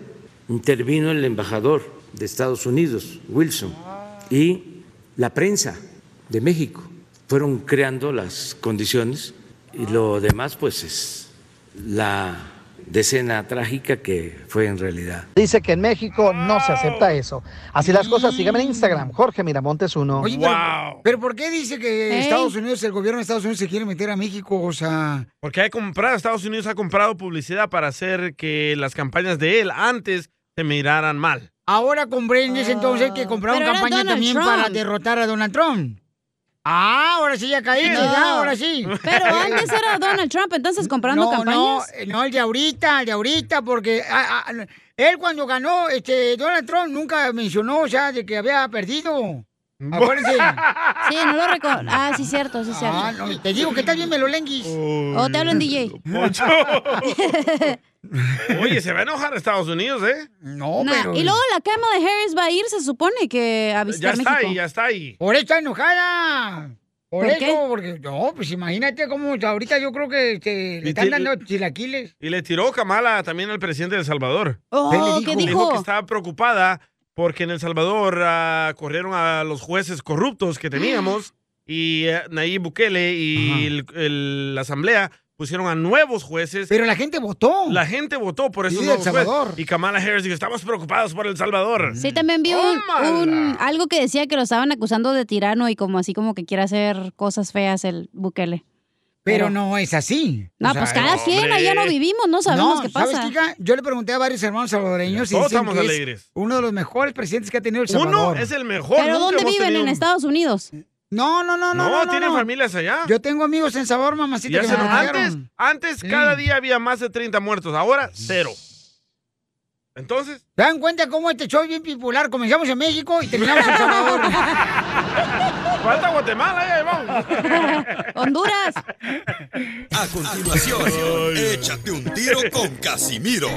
Speaker 16: intervino el embajador de Estados Unidos, Wilson, y la prensa de México fueron creando las condiciones y lo demás pues es la decena trágica que fue en realidad.
Speaker 4: Dice que en México no se acepta eso. Así las cosas, síganme en Instagram, Jorge Miramontes 1.
Speaker 1: Oye, pero, pero ¿por qué dice que
Speaker 2: Ey.
Speaker 1: Estados Unidos, el gobierno de Estados Unidos se quiere meter a México? O sea,
Speaker 2: Porque ha comprado, Estados Unidos ha comprado publicidad para hacer que las campañas de él antes se miraran mal.
Speaker 1: ahora comprendes entonces que compraron
Speaker 5: pero era
Speaker 1: campaña
Speaker 5: Donald
Speaker 1: también
Speaker 5: Trump.
Speaker 1: para derrotar a Donald Trump. Ah, ahora sí ya caíste,
Speaker 5: No.
Speaker 1: ya, ahora sí.
Speaker 5: Pero antes era Donald Trump, entonces comprando
Speaker 1: no,
Speaker 5: campañas.
Speaker 1: No, eh, no, el de ahorita, el de ahorita, porque ah, ah, él cuando ganó, este, Donald Trump nunca mencionó, o sea, de que había perdido. Acuérdense.
Speaker 5: Mm. <laughs> Sí, no lo recuerdo. Ah, sí, cierto, sí, cierto.
Speaker 1: Ah, no, te digo que estás bien melolenguis.
Speaker 5: O Oh, te hablo en DJ.
Speaker 2: Poncho. Oye, se va a enojar Estados Unidos, ¿eh?
Speaker 1: <laughs> No,
Speaker 5: <laughs> Nah, Y luego la cama de Harris va a ir, se supone que a
Speaker 2: Ya
Speaker 5: visitar
Speaker 2: está
Speaker 5: México.
Speaker 2: ahí, ya está ahí.
Speaker 1: Por eso está enojada. Por,
Speaker 5: ¿Por
Speaker 1: eso,
Speaker 5: qué?
Speaker 1: porque, no, pues imagínate cómo ahorita yo creo que este, le están
Speaker 2: te-
Speaker 1: dando chilaquiles.
Speaker 2: Y le tiró Kamala también al presidente de El Salvador.
Speaker 1: Oh, ¿Qué le dijo? ¿qué
Speaker 2: Le
Speaker 1: dijo?
Speaker 2: que estaba preocupada porque en El Salvador ah, corrieron a los
Speaker 1: <gasps>
Speaker 2: jueces eh, corruptos que teníamos y ah, Nayib Bukele y el- el- la asamblea pusieron a nuevos jueces.
Speaker 1: Pero la gente votó.
Speaker 2: La gente votó por esos
Speaker 1: Sí,
Speaker 2: nuevos
Speaker 1: El
Speaker 2: jueces.
Speaker 1: Salvador. Mm.
Speaker 2: Y Kamala Harris dijo, estamos preocupados por El Salvador.
Speaker 5: Sí, también vi un, un- algo que decía que lo estaban acusando de tirano y como así como que quiere hacer cosas feas el Bukele.
Speaker 1: Pero no es así.
Speaker 5: No,
Speaker 1: O sea,
Speaker 5: pues cada quien, allá no vivimos, no sabemos
Speaker 1: No,
Speaker 5: qué
Speaker 1: ¿sabes
Speaker 5: pasa.
Speaker 1: qué, hija? Yo le pregunté a varios hermanos salvadoreños y
Speaker 2: Todos
Speaker 1: dicen
Speaker 2: estamos
Speaker 1: que es
Speaker 2: alegres.
Speaker 1: uno de los mejores presidentes que ha tenido El
Speaker 2: Uno
Speaker 1: Salvador.
Speaker 2: es el mejor, Pero nunca ¿dónde hemos viven? tenido ¿En un-
Speaker 5: Estados Unidos?
Speaker 1: No, no, no, no.
Speaker 2: No,
Speaker 1: no, no,
Speaker 2: tienen
Speaker 1: no.
Speaker 2: familias allá.
Speaker 1: Yo tengo amigos en Sabor, mamacita.
Speaker 2: Y
Speaker 1: que
Speaker 2: hace-
Speaker 1: me
Speaker 2: antes,
Speaker 1: mandaron.
Speaker 2: antes
Speaker 1: Sí.
Speaker 2: cada día había más de 30 muertos, ahora
Speaker 1: <laughs>
Speaker 2: cero. Entonces,
Speaker 1: ¿Se dan cuenta cómo este show es bien popular? Comenzamos en México y terminamos
Speaker 5: <laughs>
Speaker 1: en Salvador.
Speaker 2: falta Guatemala, ya vamos.
Speaker 1: <laughs>
Speaker 5: Honduras.
Speaker 3: A continuación, échate un tiro con Casimiro.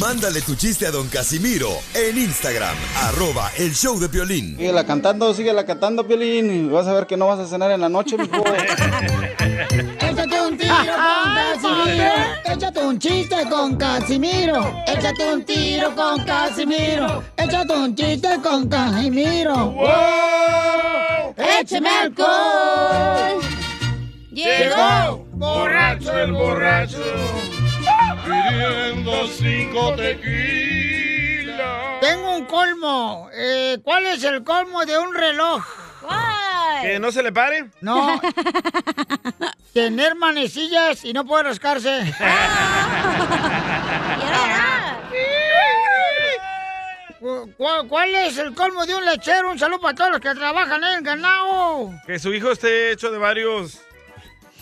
Speaker 3: Mándale tu chiste a don Casimiro en Instagram, arroba el show de violín.
Speaker 18: Síguela cantando, síguela cantando, Piolín. y Vas a ver que no vas a cenar en la noche,
Speaker 1: <laughs>
Speaker 18: mijo.
Speaker 1: Échate un tiro con Casimiro. Échate un chiste con Casimiro. Échate un tiro con Casimiro. Échate un chiste con Casimiro. ¡Wow!
Speaker 8: ¡Écheme alcohol!
Speaker 1: Llegó
Speaker 8: borracho el borracho, pidiendo cinco tequilas.
Speaker 1: Tengo un colmo. Eh, ¿Cuál es el colmo de un reloj?
Speaker 2: ¿que no se le pare?
Speaker 1: No. Tener manecillas y no poder rascarse. ¿Cu- cu- ¿Cuál es el colmo de un lechero? Un saludo para todos los que trabajan en el ganado.
Speaker 2: Que su hijo esté hecho de varios...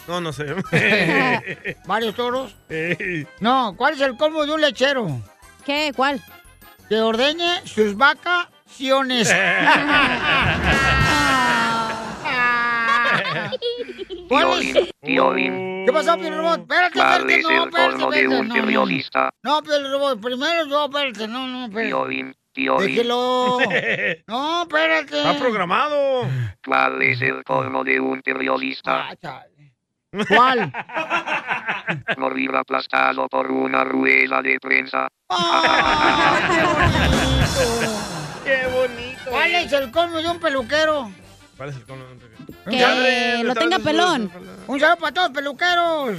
Speaker 2: No, no sé.
Speaker 1: <laughs> ¿Varios toros?
Speaker 2: Ey.
Speaker 1: No, ¿cuál es el colmo de un lechero?
Speaker 5: ¿Qué? ¿Cuál?
Speaker 1: Que ordeñe sus
Speaker 8: <laughs>
Speaker 1: vacaciones. <laughs> ¿Cuál es? Oh.
Speaker 7: Violín, violín.
Speaker 1: ¿Qué pasó, Pio Robot? Espérate,
Speaker 7: ¿Cuál
Speaker 1: espérate,
Speaker 7: es
Speaker 1: no,
Speaker 7: el
Speaker 1: espérate,
Speaker 7: colmo de
Speaker 1: espérate,
Speaker 7: un
Speaker 1: no, no, no.
Speaker 7: periodista?
Speaker 1: No, Pio Robot, primero yo, espérate, no, no, espérate.
Speaker 7: Violín, violín.
Speaker 1: Pues, Déjelo. No, espérate.
Speaker 7: Está
Speaker 2: programado.
Speaker 7: <laughs> ¿Cuál es el colmo de un periodista?
Speaker 1: ¿Cuál?
Speaker 7: Morir aplastado por una rueda de prensa.
Speaker 1: Ah. Qué bonito. ¿Cuál es el colmo de un peluquero?
Speaker 2: ¿Cuál es el colmo de un periodista?
Speaker 1: Que
Speaker 2: Ya, hombre,
Speaker 1: no
Speaker 2: tal
Speaker 1: tenga
Speaker 2: vez-
Speaker 1: pelón. Un saludo para todos, peluqueros.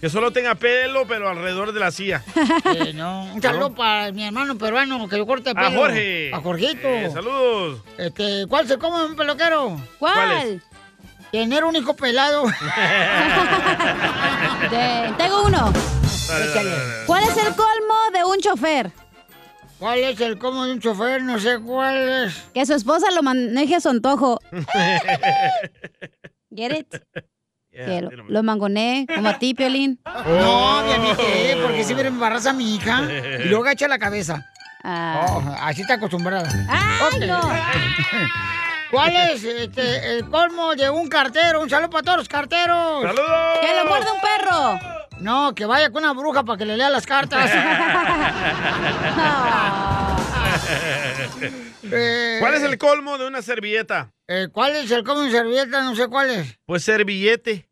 Speaker 2: Que solo tenga pelo, pero alrededor de la silla. <laughs>
Speaker 1: Eh, no. Un saludo para mi hermano peruano que le corta el
Speaker 2: A
Speaker 1: pelo.
Speaker 2: Jorge.
Speaker 1: A Jorgito.
Speaker 2: Eh, saludos.
Speaker 1: Este, ¿cuál se come un peluquero?
Speaker 5: ¿Cuál?
Speaker 2: ¿Cuál
Speaker 1: Tener un hijo
Speaker 2: <laughs>
Speaker 1: pelado.
Speaker 5: De- Eh, tengo uno.
Speaker 1: Dale, dale, dale.
Speaker 5: ¿Cuál es el colmo de un chofer?
Speaker 1: ¿Cuál es el colmo de un chofer? No sé cuál es. Ah,
Speaker 5: <laughs> Que su esposa lo maneje a su
Speaker 2: <laughs>
Speaker 5: antojo. ¿Get it? que lo, lo mangoné, como a ti, Piolín.
Speaker 1: No, mi eh, amigué, porque siempre me embarazas a mi hija y luego agacha la cabeza.
Speaker 5: Ah.
Speaker 1: Oh, así está acostumbrada. Ok. <laughs> ¿Cuál es este, el colmo de un cartero? Un saludo para todos los carteros.
Speaker 2: ¡Saludos!
Speaker 8: ¡Que lo muerda
Speaker 1: un perro! No, que vaya con una bruja para que le lea las cartas.
Speaker 5: <laughs>
Speaker 2: <laughs>
Speaker 1: Eh,
Speaker 2: ¿Cuál es el colmo de una servilleta?
Speaker 1: eh, ¿Cuál es el colmo de un servilleta? No sé cuál es.
Speaker 2: Pues servillete.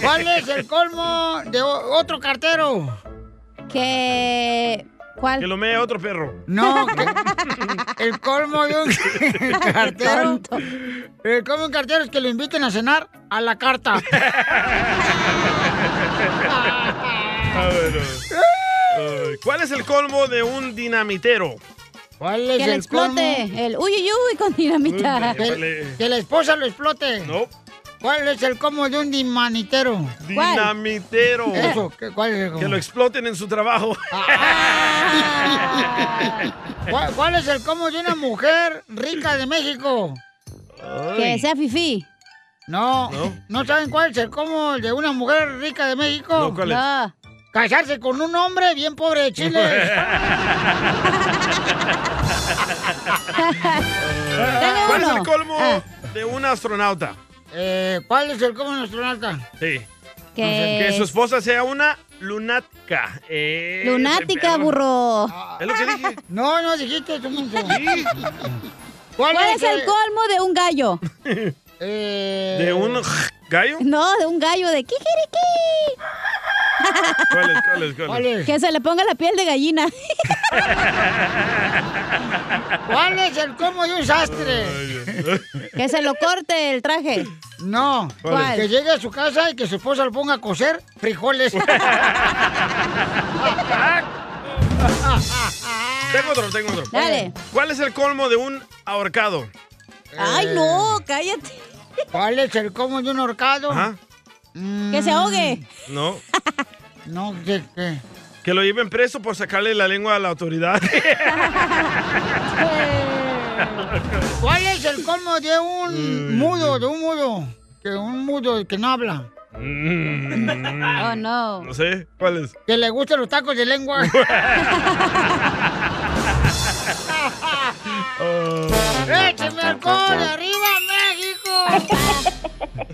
Speaker 1: ¿Cuál es el colmo de o- otro cartero?
Speaker 5: Que... ¿Cuál?
Speaker 2: Que lo mee otro perro.
Speaker 1: No, que- el colmo de un cartero. El colmo de un cartero es que lo inviten a cenar a la carta.
Speaker 2: Ah, bueno. Ay, ¿Cuál es el colmo de un dinamitero?
Speaker 1: ¿Cuál
Speaker 5: Que le explote. El uy, uy, uy, con dinamita.
Speaker 1: Que, que la esposa lo explote.
Speaker 2: No.
Speaker 1: ¿Cuál es el colmo de un dimanitero?
Speaker 2: Dinamitero.
Speaker 1: Eso, ¿qué- ¿cuál es el colmo?
Speaker 2: Que lo exploten en su trabajo. <laughs>
Speaker 1: <laughs> ¿Cuál, cuál es el colmo de una mujer rica de México?
Speaker 5: Que sea fifí.
Speaker 1: No, no, saben cuál es el colmo de una mujer rica de México.
Speaker 5: No, ¿cuál es? No.
Speaker 1: Casarse con un hombre bien pobre de Chile.
Speaker 2: ¿Cuál es
Speaker 1: uno. Ah.
Speaker 2: el colmo de un astronauta?
Speaker 1: Eh, ¿Cuál es el colmo de un astronauta?
Speaker 2: Sí.
Speaker 1: Que-
Speaker 2: Que su esposa sea una lunática. Eh,
Speaker 5: Lunática,
Speaker 2: ese perro.
Speaker 5: burro.
Speaker 1: Ah,
Speaker 2: Es lo que dije.
Speaker 1: No, no dijiste tú mismo.
Speaker 5: ¿Cuál, es el colmo de un
Speaker 1: <laughs>
Speaker 5: gallo?
Speaker 1: Eh,
Speaker 2: ¿De un gallo?
Speaker 5: No, de un gallo de kikiriki.
Speaker 2: ¿Cuáles, cuáles, cuáles?
Speaker 5: Que se le ponga la piel de gallina.
Speaker 1: ¿Cuál es el cómo de un sastre?
Speaker 5: <laughs> que se lo corte el traje.
Speaker 1: No.
Speaker 5: ¿Cuál?
Speaker 1: Que llegue a su casa y que su esposa lo ponga a cocer frijoles.
Speaker 2: Tengo otro, tengo otro.
Speaker 5: Dale.
Speaker 2: ¿Cuál es el colmo de un ahorcado?
Speaker 5: <laughs> Ay, no, cállate.
Speaker 1: Eh. ¿Cuál es el cómo de un horcado?
Speaker 2: Ajá.
Speaker 5: Que se ahogue.
Speaker 1: <laughs>
Speaker 2: No.
Speaker 1: No, ¿qué? qué?
Speaker 2: Que lo lleven preso por sacarle la lengua a la
Speaker 1: <laughs>
Speaker 2: autoridad.
Speaker 1: ¿Cuál es el colmo de un mudo, de un mudo? Que un mudo que no habla.
Speaker 2: Mm,
Speaker 5: Oh, no.
Speaker 2: no sé, ¿cuál es?
Speaker 1: Que le gustan los tacos de lengua. ¡Écheme alcohol! ¡Arriba México!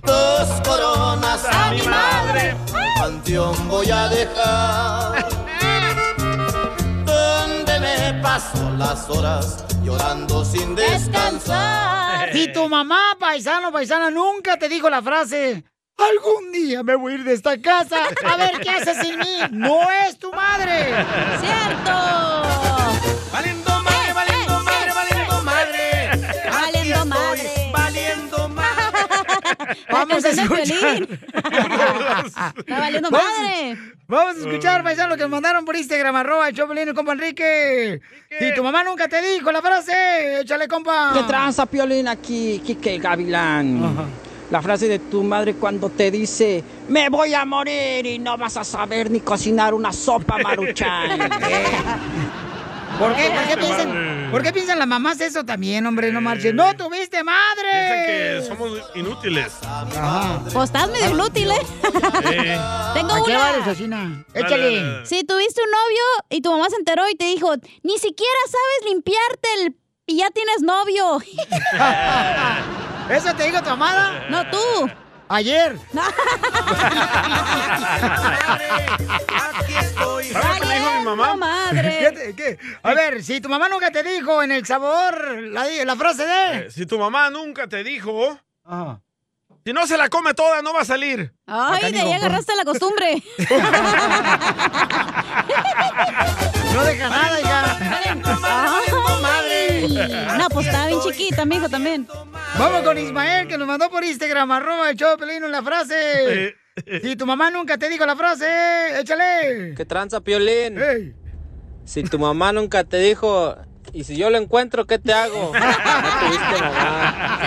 Speaker 8: Dos coronas a mi madre, panteón voy a dejar. Donde me paso las horas llorando sin descansar.
Speaker 1: Si tu mamá, paisano, paisana, nunca te dijo la frase, algún día me voy a ir de esta casa, a ver qué haces sin mí, no es tu madre.
Speaker 2: <laughs>
Speaker 5: ¡Cierto!
Speaker 8: Valiendo madre, valiendo madre, valiendo madre. Aquí
Speaker 5: Valiendo madre.
Speaker 8: estoy, Valiendo madre.
Speaker 1: Vamos a escuchar.
Speaker 5: Está valiendo
Speaker 1: Vamos-
Speaker 5: madre.
Speaker 1: Vamos a escuchar, paisano, lo que comentaron mandaron por Instagram, arroba el Choplin y compa Enrique. Si tu mamá nunca te dijo la frase, échale, compa.
Speaker 19: <laughs> ¿Qué tranza, Piolín? Aquí, Kike el Gavilán. La frase de tu madre cuando te dice, me voy a morir y no vas a saber ni cocinar una sopa maruchan. <laughs> Eh.
Speaker 1: ¿Por qué, por qué piensan, por qué piensan las mamás eso también, hombre? No marches. ¡No tuviste
Speaker 2: Piensan
Speaker 1: madre!
Speaker 2: que somos inútiles.
Speaker 5: Pues estás medio inútil, ¿eh? <laughs>
Speaker 2: Eh,
Speaker 5: Tengo
Speaker 1: Aquí
Speaker 5: una.
Speaker 1: va, asesina. Échale.
Speaker 2: Dale, dale, dale.
Speaker 5: Si tuviste un novio y tu mamá se enteró y te dijo, ni siquiera sabes limpiarte el... y ya
Speaker 1: <laughs>
Speaker 5: tienes novio.
Speaker 1: ¿Eso te dijo tu amada?
Speaker 5: No, tú.
Speaker 1: Ayer.
Speaker 2: ¿Sabes qué me dijo mi mamá?
Speaker 1: <laughs> ¿Qué te- qué? A ver, si tu mamá nunca te dijo en el sabor la, la frase de...
Speaker 2: Eh, Si tu mamá nunca te dijo, si no se la come toda, no va a salir.
Speaker 5: Ay, de ahí agarraste la costumbre.
Speaker 1: <laughs> No deja nada,
Speaker 5: hija. No, pues estaba bien chiquita, mijo, también.
Speaker 1: Vamos con Ismael, que nos mandó por Instagram, arroba el show de Pelín, la
Speaker 8: Eh.
Speaker 1: frase. Si tu mamá nunca te dijo la frase, échale.
Speaker 20: ¿Qué tranza, Piolín? Si tu mamá nunca te dijo, y si yo lo encuentro, ¿qué te hago? No tuviste mamá.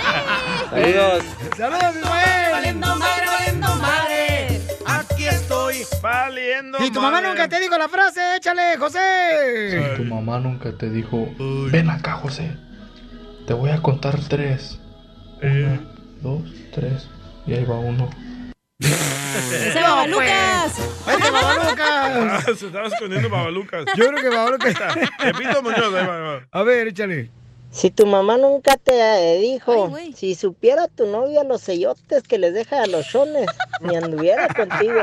Speaker 20: Saludos.
Speaker 1: ¡Saludos, Ismael!
Speaker 8: Valiendo madre, valiendo madre. Aquí estoy,
Speaker 2: valiendo
Speaker 1: Si tu mamá nunca te dijo la frase, échale, José.
Speaker 13: Si tu mamá nunca te dijo, ven acá, José, te voy a contar tres.
Speaker 2: Eh.
Speaker 13: Una, dos, tres. Y ahí va uno.
Speaker 5: Ese Babalucas.
Speaker 1: ¡Ese
Speaker 2: Ah,
Speaker 1: Babalucas!
Speaker 2: se estaba escondiendo Babalucas.
Speaker 1: Yo creo que Babalucas.
Speaker 2: <laughs> Pepito Muñoz, ahí va, ahí va.
Speaker 1: A ver, échale.
Speaker 21: Si tu mamá nunca te eh, dijo, si supiera tu novia los sellotes que les deja a los chones, ni anduviera contigo.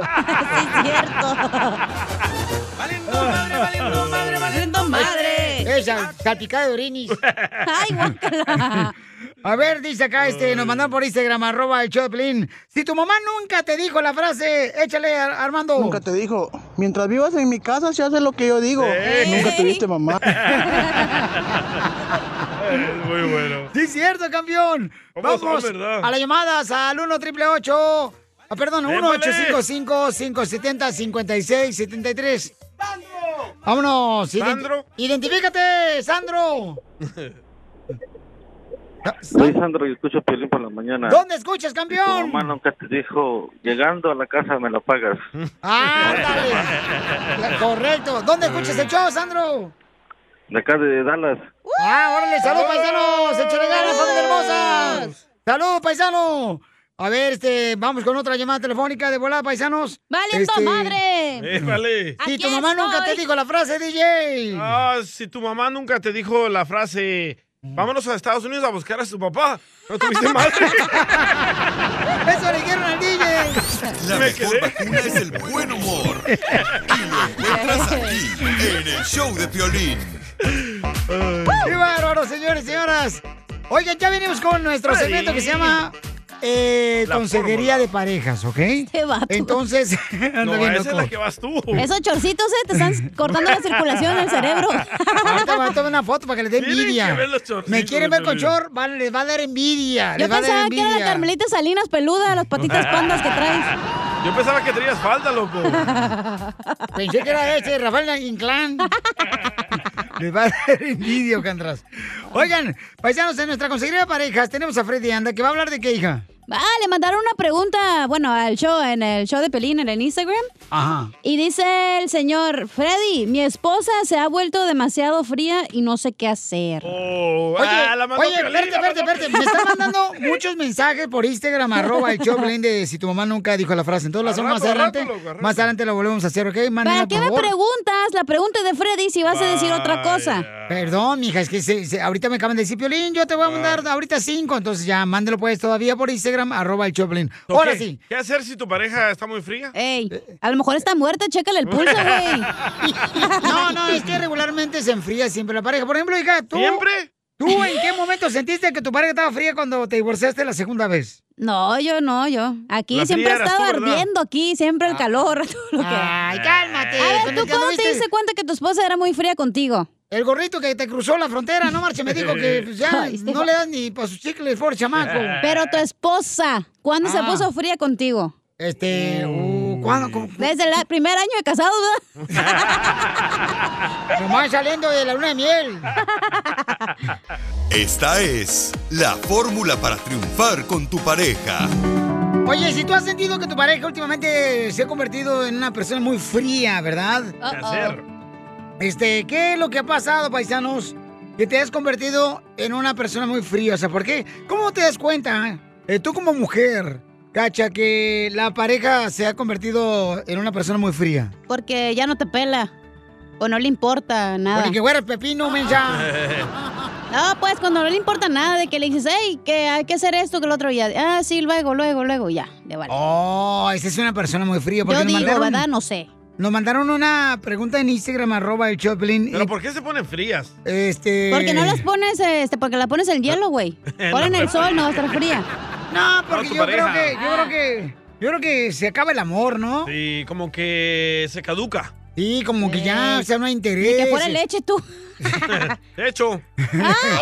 Speaker 5: ¡Valiendo madre!
Speaker 1: Esa, salpicada de orinis. <laughs> ¡Ay, guácala! A ver, dice acá, este, nos mandaron por Instagram, arroba el show de Pelín. Si tu mamá nunca te dijo la frase, échale, Ar- Armando.
Speaker 22: Nunca te dijo, mientras vivas en mi casa se hace lo que yo digo. Nunca tuviste
Speaker 2: <laughs>
Speaker 22: mamá.
Speaker 2: Es muy bueno.
Speaker 1: Sí, es cierto, campeón.
Speaker 2: ¿Cómo
Speaker 1: Vamos
Speaker 2: son, verdad?
Speaker 1: a las llamadas al 1 888 ah, perdón,
Speaker 2: Émale.
Speaker 1: 1-855-570-5673. Vámonos. ident-
Speaker 8: ¿Sandro?
Speaker 1: Identifícate, Sandro.
Speaker 23: Soy Sandro y escucho Piolín por la mañana.
Speaker 1: ¿Dónde escuchas,
Speaker 23: Tu
Speaker 1: campeón?
Speaker 23: mamá nunca te dijo, llegando a la casa me la pagas.
Speaker 1: Mm. Ándale. Correcto. ¿Dónde escuchas el show, Sandro?
Speaker 23: De acá de Dallas.
Speaker 1: Ah, órale, salud, paisanos. Échale ganas, familia hermosa. Salud, paisano. A ver, este, vamos con otra llamada telefónica de volada, paisanos.
Speaker 5: ¡Valiendo
Speaker 1: Este,
Speaker 5: madre!
Speaker 2: Eh, vale.
Speaker 1: Si tu mamá nunca te dijo la frase, DJ.
Speaker 2: Ah, si tu mamá nunca te dijo la frase, vámonos a Estados Unidos a buscar a su papá. No tuviste
Speaker 1: <laughs>
Speaker 2: madre.
Speaker 1: Eso le dijeron al DJ.
Speaker 3: La
Speaker 2: Me
Speaker 3: mejor vacuna es el buen humor. Y lo encuentras aquí, en el show de Piolín.
Speaker 1: ¡Qué bárbaro, señores y señoras! Oigan, ya venimos con nuestro segmento que se llama <laughs> eh,
Speaker 2: La
Speaker 1: consejería de parejas, ¿ok? Entonces, <laughs> anda
Speaker 2: No,
Speaker 1: bien
Speaker 2: esa es
Speaker 1: loco.
Speaker 2: la que vas
Speaker 5: <laughs>
Speaker 2: tú.
Speaker 5: Esos chorcitos, eh, te están cortando la circulación del cerebro.
Speaker 1: <laughs> Ahorita voy a tomar una foto para que les dé
Speaker 5: Tienen que
Speaker 1: envidia.
Speaker 5: ver los chorcitos
Speaker 1: Me quieren ver
Speaker 5: del
Speaker 1: con
Speaker 5: video.
Speaker 1: short, van- les va a dar envidia.
Speaker 5: Yo
Speaker 1: les va a dar
Speaker 5: pensaba que era la
Speaker 1: envidia.
Speaker 5: Carmelita Salinas peluda, las
Speaker 2: <laughs>
Speaker 5: patitas pandas que traes. <laughs>
Speaker 2: Yo pensaba que tenías falda, loco.
Speaker 1: Pensé que era ese, Rafael
Speaker 5: <laughs>
Speaker 1: Inclán. Les va a dar envidia, Candras. Oigan, paisanos, en nuestra consejería de parejas tenemos a Freddy Anda, que va a hablar de qué, hija.
Speaker 5: Ah, le mandaron una pregunta, bueno, al show, en el show de Pelín, en el Instagram.
Speaker 1: Ajá.
Speaker 5: Y dice el señor, Freddy, mi esposa se ha vuelto demasiado fría y no sé qué hacer.
Speaker 1: Oye,
Speaker 5: ah,
Speaker 1: oye, espérate, espérate, espérate. Me están mandando muchos mensajes por Instagram, arroba el show Piolín, de si tu mamá nunca dijo la frase. Entonces la
Speaker 5: Al
Speaker 1: hacemos más
Speaker 5: rato, al
Speaker 1: adelante.
Speaker 5: rato, loco, al rato.
Speaker 1: más adelante lo volvemos a hacer, ¿ok? Mándenla,
Speaker 5: ¿Para qué
Speaker 1: por
Speaker 5: me
Speaker 1: favor.
Speaker 5: preguntas? La pregunta es de Freddy si vas a decir otra cosa.
Speaker 1: Perdón, mija, es que se- se- ahorita me acaban de decir, Piolín, yo te voy a mandar ahorita cinco. Entonces ya, mándelo pues todavía por Instagram, arroba el Choplin.
Speaker 2: ¿O
Speaker 1: Ahora
Speaker 2: qué?
Speaker 1: sí.
Speaker 2: ¿Qué hacer si tu pareja está muy fría?
Speaker 5: Ey, a lo mejor está muerta, chécale el pulso, güey.
Speaker 1: <laughs> No, no, es que regularmente se enfría siempre la pareja. Por ejemplo, hija, tú...
Speaker 5: ¿Siempre?
Speaker 1: ¿Tú en qué momento sentiste que tu pareja estaba fría cuando te divorciaste la segunda vez?
Speaker 5: No, yo no, yo. Aquí
Speaker 1: La
Speaker 5: siempre
Speaker 1: fría
Speaker 5: ha
Speaker 1: eras
Speaker 5: estado
Speaker 1: tú, ¿verdad?
Speaker 5: ardiendo, aquí siempre el calor. <laughs> todo lo que-
Speaker 1: Ah. Ay, cálmate.
Speaker 5: A
Speaker 1: con
Speaker 5: ver,
Speaker 1: el
Speaker 5: ¿tú
Speaker 1: que
Speaker 5: cuándo te
Speaker 1: anduviste-
Speaker 5: diste cuenta que tu esposa era muy fría contigo?
Speaker 1: El gorrito que te cruzó la frontera, no marche, me dijo que pues, ya
Speaker 5: <laughs> Ay,
Speaker 1: no le dan ni para sus chicles por chamaco.
Speaker 5: Pero tu esposa, ¿cuándo se
Speaker 1: Ah.
Speaker 5: puso fría contigo?
Speaker 1: Este, uh, ¿cuándo?
Speaker 5: <laughs>
Speaker 1: ¿Cómo?
Speaker 5: Desde el primer año de casados, ¿verdad?
Speaker 1: Nomás saliendo de la luna de miel.
Speaker 3: Esta es la fórmula para triunfar con tu pareja.
Speaker 1: Oye, si tú has sentido que tu pareja últimamente se ha convertido en una persona muy fría, ¿verdad?
Speaker 2: Uh-oh. hacer?
Speaker 1: Este, ¿qué es lo que ha pasado, paisanos? Que te has convertido en una persona muy fría. O sea, ¿por qué? ¿Cómo te das cuenta, eh, tú como mujer, cacha, que la pareja se ha convertido en una persona muy fría?
Speaker 5: Porque ya no te pela. O no le importa nada. Ah.
Speaker 1: Porque fuera pepino, mensa.
Speaker 5: <laughs> No, pues cuando no le importa nada de que le dices, hey, que hay que hacer esto, que lo otro, y ya. Ah, sí, luego, luego, luego, ya, le vale.
Speaker 1: Oh, esa es una persona muy fría. Porque
Speaker 5: Yo
Speaker 1: nos
Speaker 5: digo,
Speaker 1: mandaron,
Speaker 5: ¿verdad? No sé.
Speaker 1: Nos mandaron una pregunta en Instagram, arroba el Choplin.
Speaker 2: ¿Pero
Speaker 1: y,
Speaker 2: por qué se ponen frías?
Speaker 1: Este...
Speaker 5: Porque no las pones, este, porque la pones en
Speaker 1: <laughs>
Speaker 5: hielo, güey. Pon en el sol, no va a estar fría.
Speaker 1: No,
Speaker 2: porque
Speaker 1: yo creo que, yo creo que, yo creo que se acaba el amor, ¿no?
Speaker 2: Sí, como que se caduca.
Speaker 1: Sí, como que ya, o sea, no hay interés.
Speaker 5: Ah. Que fuera leche tú.
Speaker 1: <laughs>
Speaker 2: De hecho,
Speaker 5: Ay,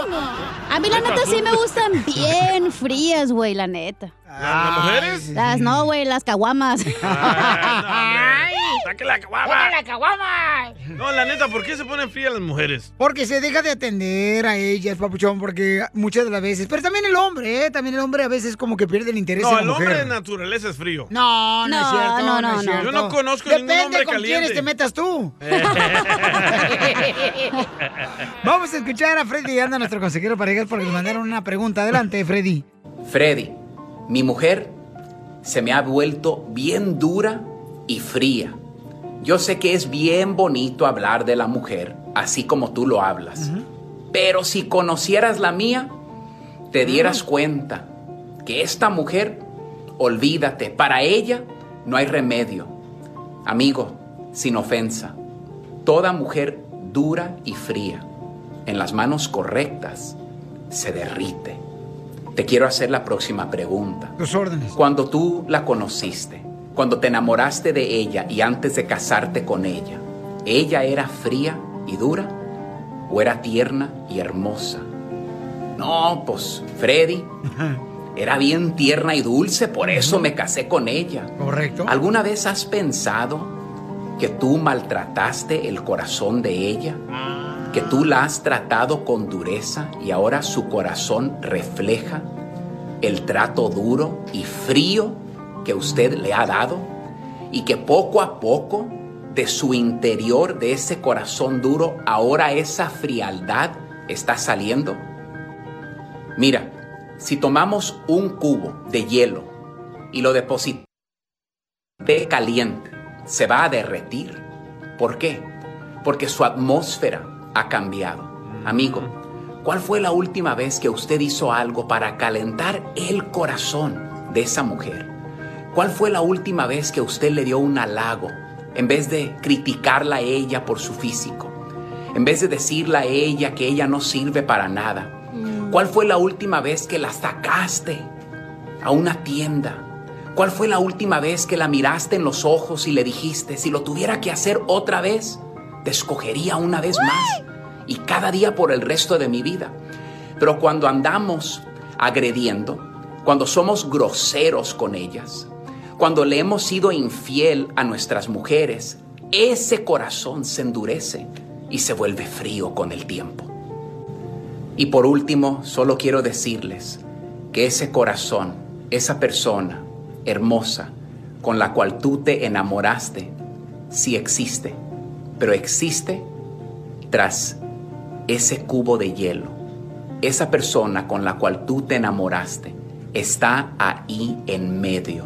Speaker 5: no. A mí la neta sí me gustan bien frías, güey, la neta.
Speaker 2: ¿las, las mujeres?
Speaker 5: Las no, güey, las caguamas.
Speaker 8: Ah.
Speaker 5: <laughs>
Speaker 2: <laughs> ¡Ay! ¡Saque la caguama!
Speaker 1: la caguama!
Speaker 2: No, la neta, ¿por qué se ponen frías las mujeres?
Speaker 1: <laughs> Porque se deja de atender a ellas, papuchón, porque muchas de las veces. Pero también el hombre, ¿eh? También el hombre a veces como que pierde el interés
Speaker 2: No,
Speaker 1: en la
Speaker 2: el
Speaker 1: mujer.
Speaker 2: hombre de naturaleza es frío.
Speaker 1: No, no, es cierto. No,
Speaker 2: no,
Speaker 1: es
Speaker 2: no.
Speaker 1: cierto.
Speaker 2: Yo no conozco ningún
Speaker 1: Depende
Speaker 2: hombre
Speaker 1: con
Speaker 2: caliente.
Speaker 1: quiénes te metas
Speaker 2: <laughs>
Speaker 1: tú. Vamos a escuchar a Freddy Anda, nuestro consejero de parejas, porque nos mandaron una pregunta. Adelante, Freddy.
Speaker 9: Freddy, mi mujer se me ha vuelto bien dura y fría. Yo sé que es bien bonito hablar de la mujer, así como tú lo hablas. Pero si conocieras la mía, te dieras cuenta que esta mujer, olvídate, para ella no hay remedio. Amigo, sin ofensa, toda mujer dura y fría, en las manos correctas, se derrite. Te quiero hacer la próxima pregunta.
Speaker 1: Tus órdenes.
Speaker 9: Cuando tú la conociste, cuando te enamoraste de ella y antes de casarte con ella, ¿ella era fría y dura o era tierna y hermosa? No, pues Freddy era bien tierna y dulce, por eso me casé con ella.
Speaker 1: Correcto.
Speaker 9: ¿Alguna vez has pensado que tú maltrataste el corazón de ella? ¿Que tú la has tratado con dureza y ahora su corazón refleja el trato duro y frío que usted le ha dado? Y que poco a poco de su interior, de ese corazón duro, ahora esa frialdad está saliendo. Mira, si tomamos un cubo de hielo y lo depositamos de caliente, se va a derretir. ¿Por qué? Porque su atmósfera ha cambiado. Amigo, ¿cuál fue la última vez que usted hizo algo para calentar el corazón de esa mujer? ¿Cuál fue la última vez que usted le dio un halago en vez de criticarla a ella por su físico? En vez de decirle a ella
Speaker 1: <laughs>
Speaker 9: que ella no sirve para nada, ¿Cuál fue la última vez que la sacaste a una tienda? ¿Cuál fue la última vez que la miraste en los ojos y le dijiste, si lo tuviera que hacer otra vez, te escogería una vez más y cada día por el resto de mi vida? Pero cuando andamos agrediendo, cuando somos groseros con ellas, cuando le hemos sido infiel a nuestras mujeres, ese corazón se endurece y se vuelve frío con el tiempo. Y por último, solo quiero decirles que ese corazón, esa persona hermosa con la cual tú te enamoraste, sí existe, pero existe tras ese cubo de hielo. Esa persona con la cual tú te enamoraste está ahí en medio.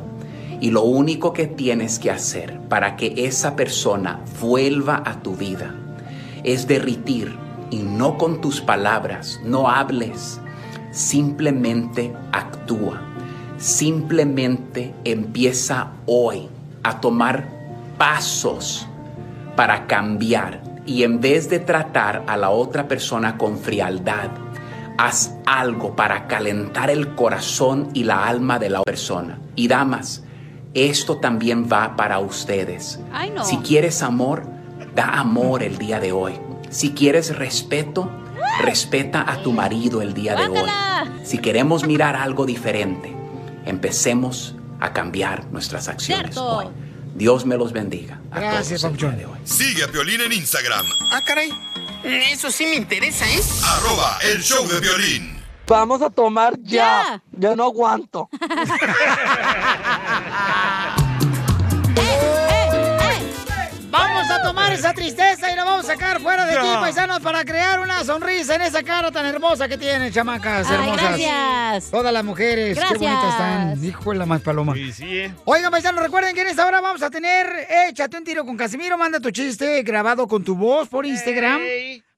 Speaker 9: Y lo único que tienes que hacer para que esa persona vuelva a tu vida es derritir y no con tus palabras, no hables, simplemente actúa. Simplemente empieza hoy a tomar pasos para cambiar y en vez de tratar a la otra persona con frialdad, haz algo para calentar el corazón y la alma de la persona. Y damas, esto también va para ustedes.
Speaker 5: Ay, no.
Speaker 9: Si quieres amor, da amor el día de hoy. Si quieres respeto, respeta a tu marido el día de hoy. Si queremos mirar algo diferente, empecemos a cambiar nuestras acciones.
Speaker 5: Cierto.
Speaker 9: Dios me los bendiga.
Speaker 1: Gracias, Papuchón.
Speaker 3: Sigue a Piolín en Instagram,
Speaker 6: Ah, caray. Eso sí me interesa, ¿eh?
Speaker 12: Ah,
Speaker 3: arroba el show de violín.
Speaker 6: Vamos a tomar ya. Yo no aguanto.
Speaker 1: Vamos a tomar esa tristeza y la vamos a sacar fuera de ti,
Speaker 5: Ya.
Speaker 1: paisanos, para crear una sonrisa en esa cara tan hermosa que tienen, chamacas
Speaker 5: Ay,
Speaker 1: hermosas.
Speaker 5: gracias.
Speaker 1: Todas las mujeres,
Speaker 5: Gracias.
Speaker 1: qué bonitas están. Hijo de la más paloma. Oigan, paisanos, recuerden que en esta hora vamos a tener Échate un tiro con Casimiro. Manda tu chiste grabado con tu voz por Instagram.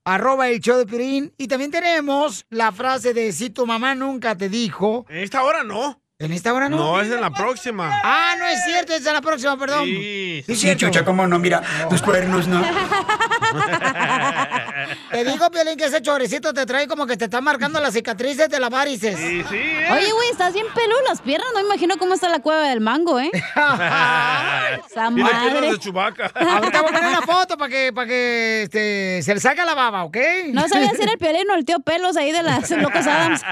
Speaker 1: Arroba el show de Pirín. Y también tenemos la frase de si tu mamá nunca te dijo.
Speaker 2: En esta hora no.
Speaker 1: ¿En esta hora no?
Speaker 2: No, es en la próxima.
Speaker 1: Ah, no es cierto, es en la próxima, perdón.
Speaker 2: Sí.
Speaker 1: Sí, chucha,
Speaker 12: cómo no, mira, tus cuernos
Speaker 1: <laughs>
Speaker 12: no.
Speaker 1: Te digo, Piolín, que ese chorecito te trae como que te está marcando las cicatrices de las varices. Sí, ¿eh? sí.
Speaker 5: Oye, güey, estás bien peludo las piernas. No imagino cómo está la cueva del
Speaker 1: <laughs>
Speaker 5: mango, ¿eh? Esa
Speaker 2: Tiene
Speaker 5: madre.
Speaker 2: piernas de chubaca.
Speaker 1: Ahorita
Speaker 5: <laughs>
Speaker 1: voy a poner una foto para que, para que este, se le salga la baba, ¿ok?
Speaker 5: No sabía hacer el piolín o el tío pelos ahí de las locas
Speaker 2: <laughs>
Speaker 5: Adams.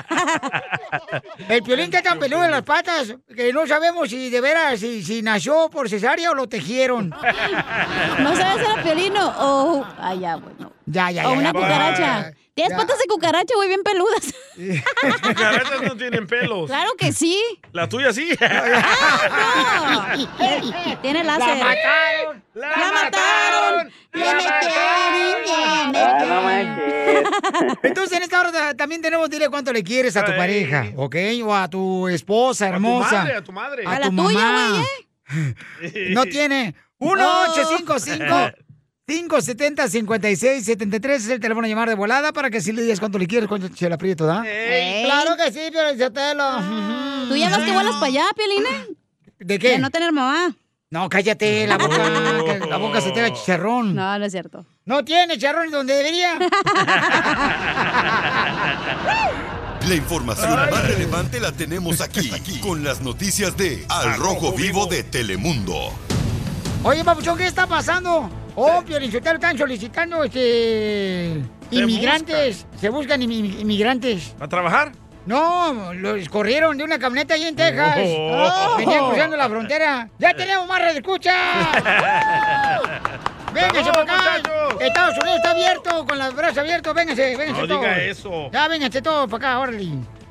Speaker 1: El piolín que tan peludo en las patas que no sabemos si de veras, si, si nació por cesárea o lo tejieron.
Speaker 5: No sabía hacer el piolín o... o- Oh, Ay, ya, güey, no.
Speaker 1: Ya, ya, ya.
Speaker 5: o una
Speaker 1: ya,
Speaker 5: cucaracha. Tienes
Speaker 1: Ya.
Speaker 5: patas de cucaracha, güey, bien
Speaker 1: <laughs>
Speaker 5: peludas.
Speaker 2: Las cucarachas no tienen pelos.
Speaker 5: Claro
Speaker 1: <laughs>
Speaker 5: que sí.
Speaker 2: La tuya sí.
Speaker 5: No. Tiene láser.
Speaker 2: La mataron.
Speaker 5: ¡La, mataron! ¡Le metieron!
Speaker 1: <laughs>
Speaker 5: ¡Le
Speaker 1: Entonces, en esta hora ta- también tenemos, dile cuánto le quieres a tu
Speaker 2: Ay.
Speaker 1: pareja, ¿ok? O a tu esposa hermosa.
Speaker 2: madre, a tu madre.
Speaker 1: A,
Speaker 2: A la
Speaker 1: tu
Speaker 2: tuya,
Speaker 1: mamá.
Speaker 2: güey,
Speaker 5: ¿eh?
Speaker 1: No tiene.
Speaker 2: <laughs>
Speaker 1: 1-855-570-5673 es el teléfono a llamar de volada para que si le digas cuánto le quieres, cuánto se la aprieto, ¿da? Claro que sí, pero yo te lo.
Speaker 5: Tú ya los que vuelas para allá, Piolina.
Speaker 1: ¿De qué?
Speaker 5: De no tener mamá.
Speaker 1: No, cállate, la boca, que la boca se te haga chicharrón.
Speaker 5: No, no es cierto.
Speaker 1: No tiene chicharrón donde debería.
Speaker 3: La información más relevante la tenemos aquí, aquí, con las noticias de Al Rojo Vivo de Telemundo.
Speaker 1: Oye, Papuchón, ¿qué está pasando? Oh, Piolinsotero, están solicitando este inmigrantes. Se buscan inmi- inmigrantes.
Speaker 2: ¿A trabajar?
Speaker 1: No, los corrieron de una camioneta ahí en Texas.
Speaker 2: Oh. Eh.
Speaker 1: Venían cruzando la frontera. ¡Ya tenemos más redes
Speaker 2: <laughs>
Speaker 1: ¡Véngase para acá! Estados Unidos está abierto, con los brazos abiertos. Véngase, véngase
Speaker 2: No
Speaker 1: todos.
Speaker 2: diga eso.
Speaker 1: Ya, véngase todos para acá, órale.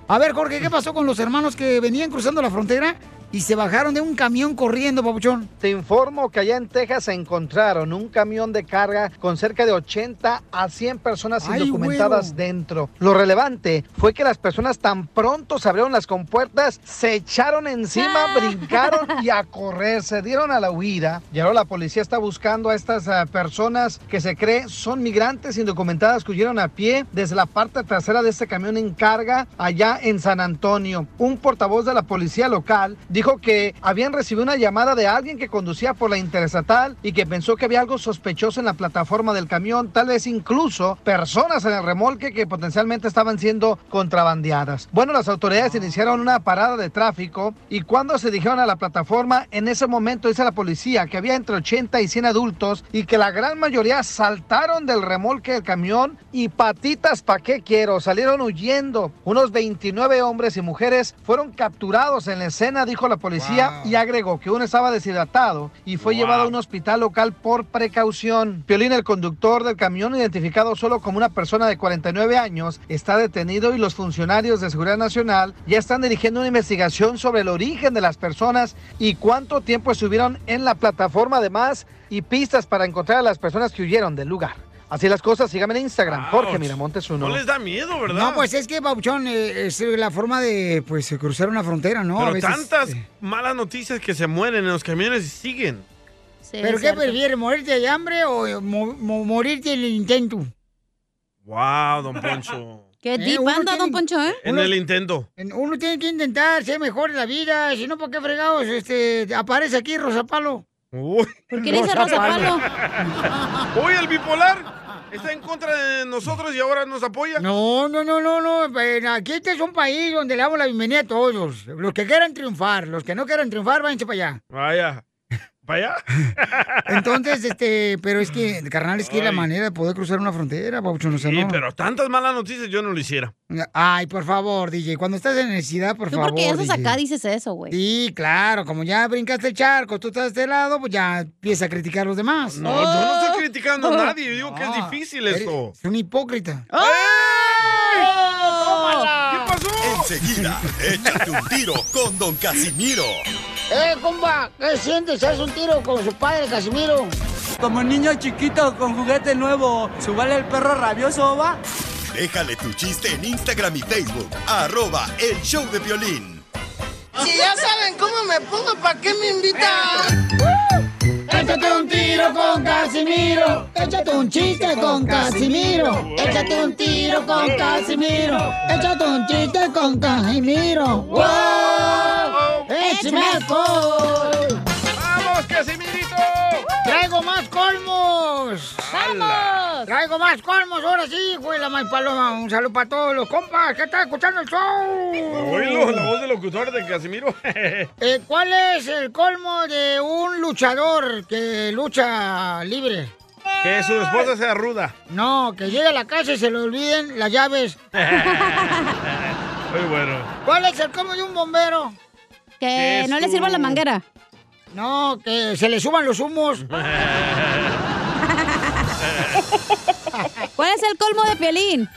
Speaker 1: A ver, Jorge, ¿qué pasó con los hermanos que venían cruzando la frontera y se bajaron de un camión corriendo, papuchón?
Speaker 4: Te informo que allá en Texas encontraron un camión de carga con cerca de 80 a 100 personas
Speaker 1: Ay,
Speaker 4: indocumentadas
Speaker 1: güero.
Speaker 4: dentro. Lo relevante fue que las personas tan pronto se abrieron las compuertas, se echaron encima, brincaron y a correr, se dieron a la huida. Y ahora la policía está buscando a estas ah, personas que se cree son migrantes indocumentadas que huyeron a pie desde la parte trasera de este camión en carga allá en San Antonio. Un portavoz de la policía local dijo que habían recibido una llamada de alguien que conducía por la interestatal y que pensó que había algo sospechoso en la plataforma del camión, tal vez incluso personas en el remolque que potencialmente estaban siendo contrabandeadas. Bueno, las autoridades iniciaron una parada de tráfico y cuando se dirigieron a la plataforma, en ese momento dice la policía que había entre 80 y 100 adultos y que la gran mayoría saltaron del remolque del camión y patitas pa' qué quiero, salieron huyendo. Unos 29 hombres y mujeres fueron capturados en la escena, dijo la policía, y agregó que uno estaba deshidratado y fue llevado a un hospital local por precaución. Piolín, el conductor del camión, identificado solo como una persona de 49 años, está detenido y los funcionarios de Seguridad Nacional ya están dirigiendo una investigación sobre el origen de las personas y cuánto tiempo estuvieron en la plataforma además y pistas para encontrar a las personas que huyeron del lugar. Así las cosas, síganme en Instagram, Jorge Miramontes uno.
Speaker 2: No les da miedo, ¿verdad?
Speaker 1: No, pues es que, Pauchón, eh, es la forma de pues, cruzar una frontera, ¿no?
Speaker 2: Pero
Speaker 1: A veces- eh.
Speaker 2: tantas malas noticias que se mueren en los camiones y siguen.
Speaker 1: ¿Pero qué prefieres, morirte de hambre o eh, mo- mo- morirte en el intento? Eh,
Speaker 2: Wow, don
Speaker 1: <laughs>
Speaker 2: Poncho.
Speaker 1: ¿Qué deep anda, don Poncho, eh?
Speaker 2: En el intento.
Speaker 1: En- Uno tiene que intentar ser mejor en la vida, si no, ¿por qué fregados este, aparece aquí Rosapalo?
Speaker 2: Uy.
Speaker 1: ¿Por qué le dice Rosapalo?
Speaker 2: Oye, el bipolar está en contra de nosotros y ahora nos apoya.
Speaker 1: No, no, no, no, no. eh, Aquí este es un país donde le damos la bienvenida a todos. Los que quieran triunfar, los que no quieran triunfar, váyanse para allá.
Speaker 2: Vaya. ¿Para allá?
Speaker 1: Entonces, este, pero es que, carnal, es que la
Speaker 2: Ay.
Speaker 1: manera de poder cruzar una frontera, Pauchón, o sea,
Speaker 2: Sí,
Speaker 1: no.
Speaker 2: pero tantas malas noticias yo no lo hiciera.
Speaker 1: Ay, por favor, DJ, cuando estás en necesidad, por
Speaker 5: Tú
Speaker 1: favor.
Speaker 5: porque ya estás
Speaker 1: DJ.
Speaker 5: acá dices eso, güey.
Speaker 1: Sí, claro, como ya brincaste el charco, tú estás de este lado, pues ya empieza a criticar a los demás. Oh.
Speaker 2: No, yo no estoy criticando a nadie. Yo digo que es difícil
Speaker 1: Ah. eres-
Speaker 2: esto.
Speaker 1: Es un hipócrita.
Speaker 2: ¿Qué pasó?
Speaker 3: Enseguida, échate un tiro con Don Casimiro.
Speaker 1: ¡Eh, compa! ¿Qué sientes? ¿Haz un tiro con su padre, Casimiro?
Speaker 11: Como niño chiquito con juguete nuevo, subale el perro rabioso, va.
Speaker 3: Déjale tu chiste en Instagram y Facebook. Arroba el show de violín.
Speaker 11: Si ya saben cómo me pongo, ¿para qué me invitan?
Speaker 1: Échate un tiro con Casimiro. Échate un chiste con Casimiro. Échate un tiro con Casimiro. Échate un chiste con Casimiro. ¡Wow! ¡Échame alcohol!
Speaker 2: ¡Vamos, Casimirito!
Speaker 1: ¡Traigo más colmos! ¡Vamos! ¡Traigo más colmos! Ahora sí, güey, la más paloma. Un saludo para todos los compas que están escuchando el show.
Speaker 2: Oílo, la voz del locutor de Casimiro. <laughs>
Speaker 1: Eh, ¿Cuál es el colmo de un luchador que lucha libre?
Speaker 2: que su esposa sea ruda.
Speaker 1: No, que llegue a la casa y se le olviden las
Speaker 5: <laughs>
Speaker 1: llaves.
Speaker 2: Muy bueno.
Speaker 1: ¿Cuál es el colmo de un bombero?
Speaker 5: Que no le sirva la manguera.
Speaker 1: No, que se le suban los
Speaker 5: <laughs>
Speaker 1: humos.
Speaker 5: <laughs> ¿Cuál es el colmo de Piolín?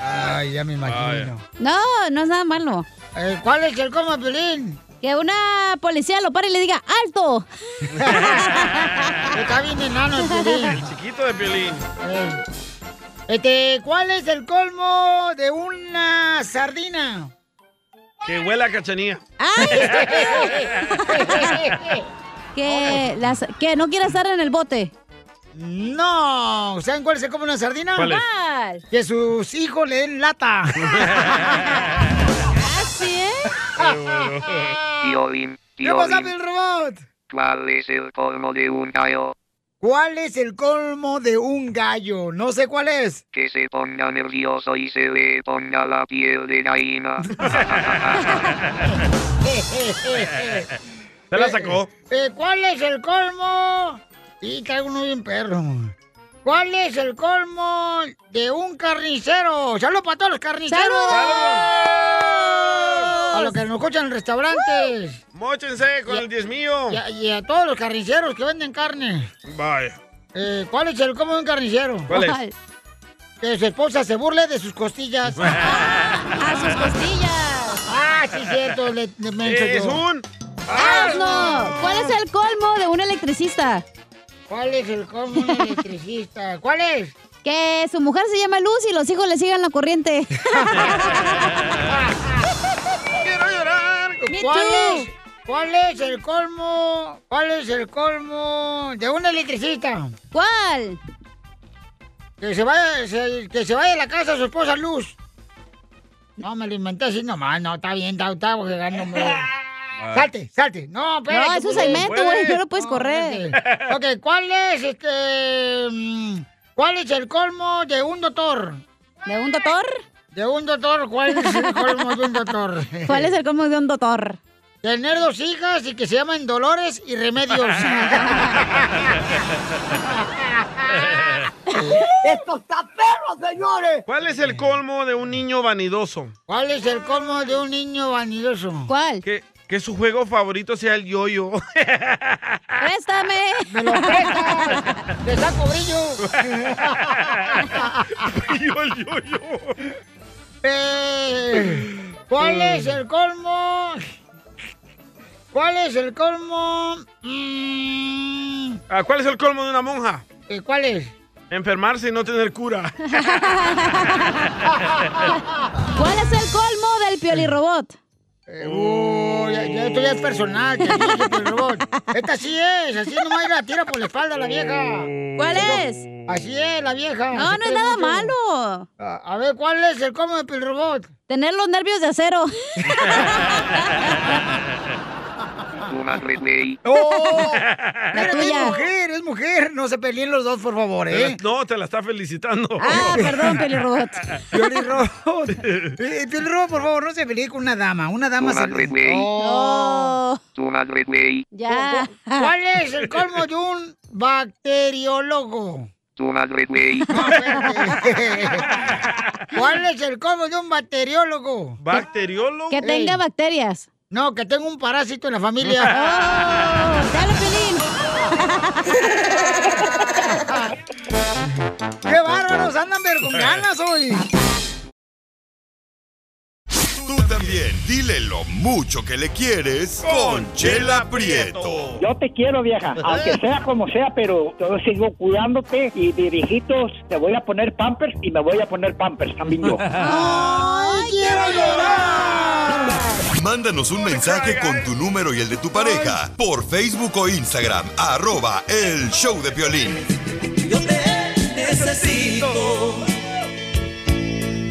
Speaker 1: Ay, ya me imagino.
Speaker 5: No, no es nada malo.
Speaker 1: Eh, ¿Cuál es el colmo de Piolín?
Speaker 5: Que una policía lo pare y le diga ¡alto!
Speaker 1: <laughs> Está bien enano <laughs> el Piolín.
Speaker 2: El chiquito de Piolín.
Speaker 1: Eh, Este, ¿cuál es el colmo de una sardina?
Speaker 2: Que huele a cachanía. <laughs>
Speaker 5: que, las, que no quiera estar en el bote.
Speaker 1: No, ¿saben cuál se come una sardina?
Speaker 5: ¿Cuál Ah, es?
Speaker 1: Que sus hijos le den
Speaker 5: <laughs>
Speaker 1: lata.
Speaker 5: Así es.
Speaker 7: Piolín,
Speaker 1: ¿Qué pasa,
Speaker 7: Piolín,
Speaker 1: el robot?
Speaker 7: ¿cuál es el colmo de un gallo?
Speaker 1: ¿Cuál es el colmo de un gallo? No
Speaker 2: <laughs>
Speaker 1: sé cuál es.
Speaker 7: Que se ponga nervioso y se le ponga la piel de gallina.
Speaker 2: Se la
Speaker 1: <laughs>
Speaker 2: sacó.
Speaker 1: Eh, ¿Cuál es el colmo? Y traigo uno bien perro. ¿Cuál es el colmo de un carnicero? ¡Saludos para todos los carniceros!
Speaker 2: ¡Saludos!
Speaker 1: A los que nos escuchan en restaurantes.
Speaker 2: Móchense con el diez mío.
Speaker 1: Y a, y a todos los carniceros que venden carne.
Speaker 2: Vaya.
Speaker 1: Eh, ¿Cuál es el colmo de un carnicero?
Speaker 2: ¿Cuál es?
Speaker 1: Que su esposa se burle de sus costillas.
Speaker 2: <laughs>
Speaker 5: <laughs> ¡A sus costillas!
Speaker 1: ¡Ah, sí,
Speaker 2: <laughs>
Speaker 1: cierto! Le, le- me
Speaker 2: Es
Speaker 1: enseñó.
Speaker 2: un.
Speaker 5: ¡Asno! ¿Cuál es el colmo de un electricista?
Speaker 1: ¿Cuál es el colmo
Speaker 5: <laughs>
Speaker 1: de un electricista? ¿Cuál es?
Speaker 5: Que su mujer se llama Luz y los hijos le sigan la
Speaker 1: <laughs>
Speaker 5: corriente.
Speaker 2: Quiero llorar.
Speaker 5: Me
Speaker 1: ¿Cuál
Speaker 5: too.
Speaker 1: es, cuál es el colmo? ¿Cuál es el colmo de un electricista?
Speaker 5: ¿Cuál?
Speaker 1: Que se vaya, se- que se vaya de la casa su esposa Luz. No, me lo inventé así nomás. No, está bien, está, está llegando.
Speaker 5: <laughs>
Speaker 1: Salte, salte. No, espérate. pues.
Speaker 5: No, es un segmento, güey. No lo puedes correr.
Speaker 1: Ok, ¿cuál es este. mm, ¿Cuál es el colmo de un doctor?
Speaker 5: ¿De un doctor?
Speaker 1: De un doctor, ¿cuál es el colmo de un doctor?
Speaker 5: <laughs> ¿Cuál es el colmo de un doctor?
Speaker 1: Tener dos hijas y que se llaman Dolores y Remedios.
Speaker 2: ¡Esto está perro, señores! ¿Cuál es el colmo de un niño vanidoso?
Speaker 1: ¿Cuál es el colmo de un niño vanidoso?
Speaker 5: ¿Cuál?
Speaker 2: Que, que su juego favorito sea el yoyo. <laughs>
Speaker 5: ¡Préstame!
Speaker 1: ¡Me lo prestas! ¡Te saco brillo!
Speaker 2: yo, yo, yo.
Speaker 1: Eh, ¿Cuál es el colmo? ¿Cuál es el colmo? Mm,
Speaker 2: Ah, ¿Cuál es el colmo de una monja?
Speaker 1: eh, ¿Cuál es?
Speaker 2: Enfermarse y no tener cura.
Speaker 5: ¿Cuál es el colmo del piolirobot?
Speaker 1: Uy, ya- ya- esto ya es personal, que yo soy el robot. Esta sí es, así nomás la tira por la espalda la vieja.
Speaker 5: ¿Cuál es?
Speaker 1: Así es, la vieja.
Speaker 5: No,
Speaker 1: se
Speaker 5: no
Speaker 1: cree
Speaker 5: es nada
Speaker 1: mucho.
Speaker 5: malo.
Speaker 2: Ah.
Speaker 1: A, a ver, ¿cuál es el colmo
Speaker 5: <laughs>
Speaker 1: del robot?
Speaker 5: Tener los nervios de acero.
Speaker 7: Una red ley.
Speaker 1: ¡Oh! Espérate, es mujer, es mujer. No se peleen los dos, por favor,
Speaker 2: Te la-
Speaker 1: ¿eh?
Speaker 2: <laughs> no, te la está felicitando.
Speaker 1: Ah, perdón,
Speaker 5: pelirrobot.
Speaker 1: <laughs> Pelirrobot. Eh, Pelirrobo, por favor, no se pelee con una dama. Una dama
Speaker 7: Una
Speaker 1: se...
Speaker 7: red ley.
Speaker 1: Oh.
Speaker 7: Una red ley.
Speaker 5: Ya.
Speaker 1: <laughs> ¿Cuál es el colmo de un bacteriólogo?
Speaker 7: Una red ley.
Speaker 1: ¿Cuál es el colmo de un bacteriólogo?
Speaker 2: ¿Bacteriólogo?
Speaker 5: Que tenga bacterias.
Speaker 1: No, que tenga un parásito en la
Speaker 5: <laughs>
Speaker 1: familia.
Speaker 5: Oh, ¡Dale, Pelín!
Speaker 1: <laughs> ¡Qué bárbaros! Andan ver con ganas hoy.
Speaker 3: Tú también, dile lo mucho que le quieres con Chela Prieto.
Speaker 10: Yo te quiero, vieja, aunque sea como sea, pero yo sigo cuidándote y de viejitos te voy a poner pampers y me voy a poner pampers también yo.
Speaker 1: ¡Ay, quiero llorar!
Speaker 3: <laughs> Mándanos un mensaje con tu número y el de tu pareja por Facebook o Instagram, arroba el show de violín.
Speaker 8: Necesito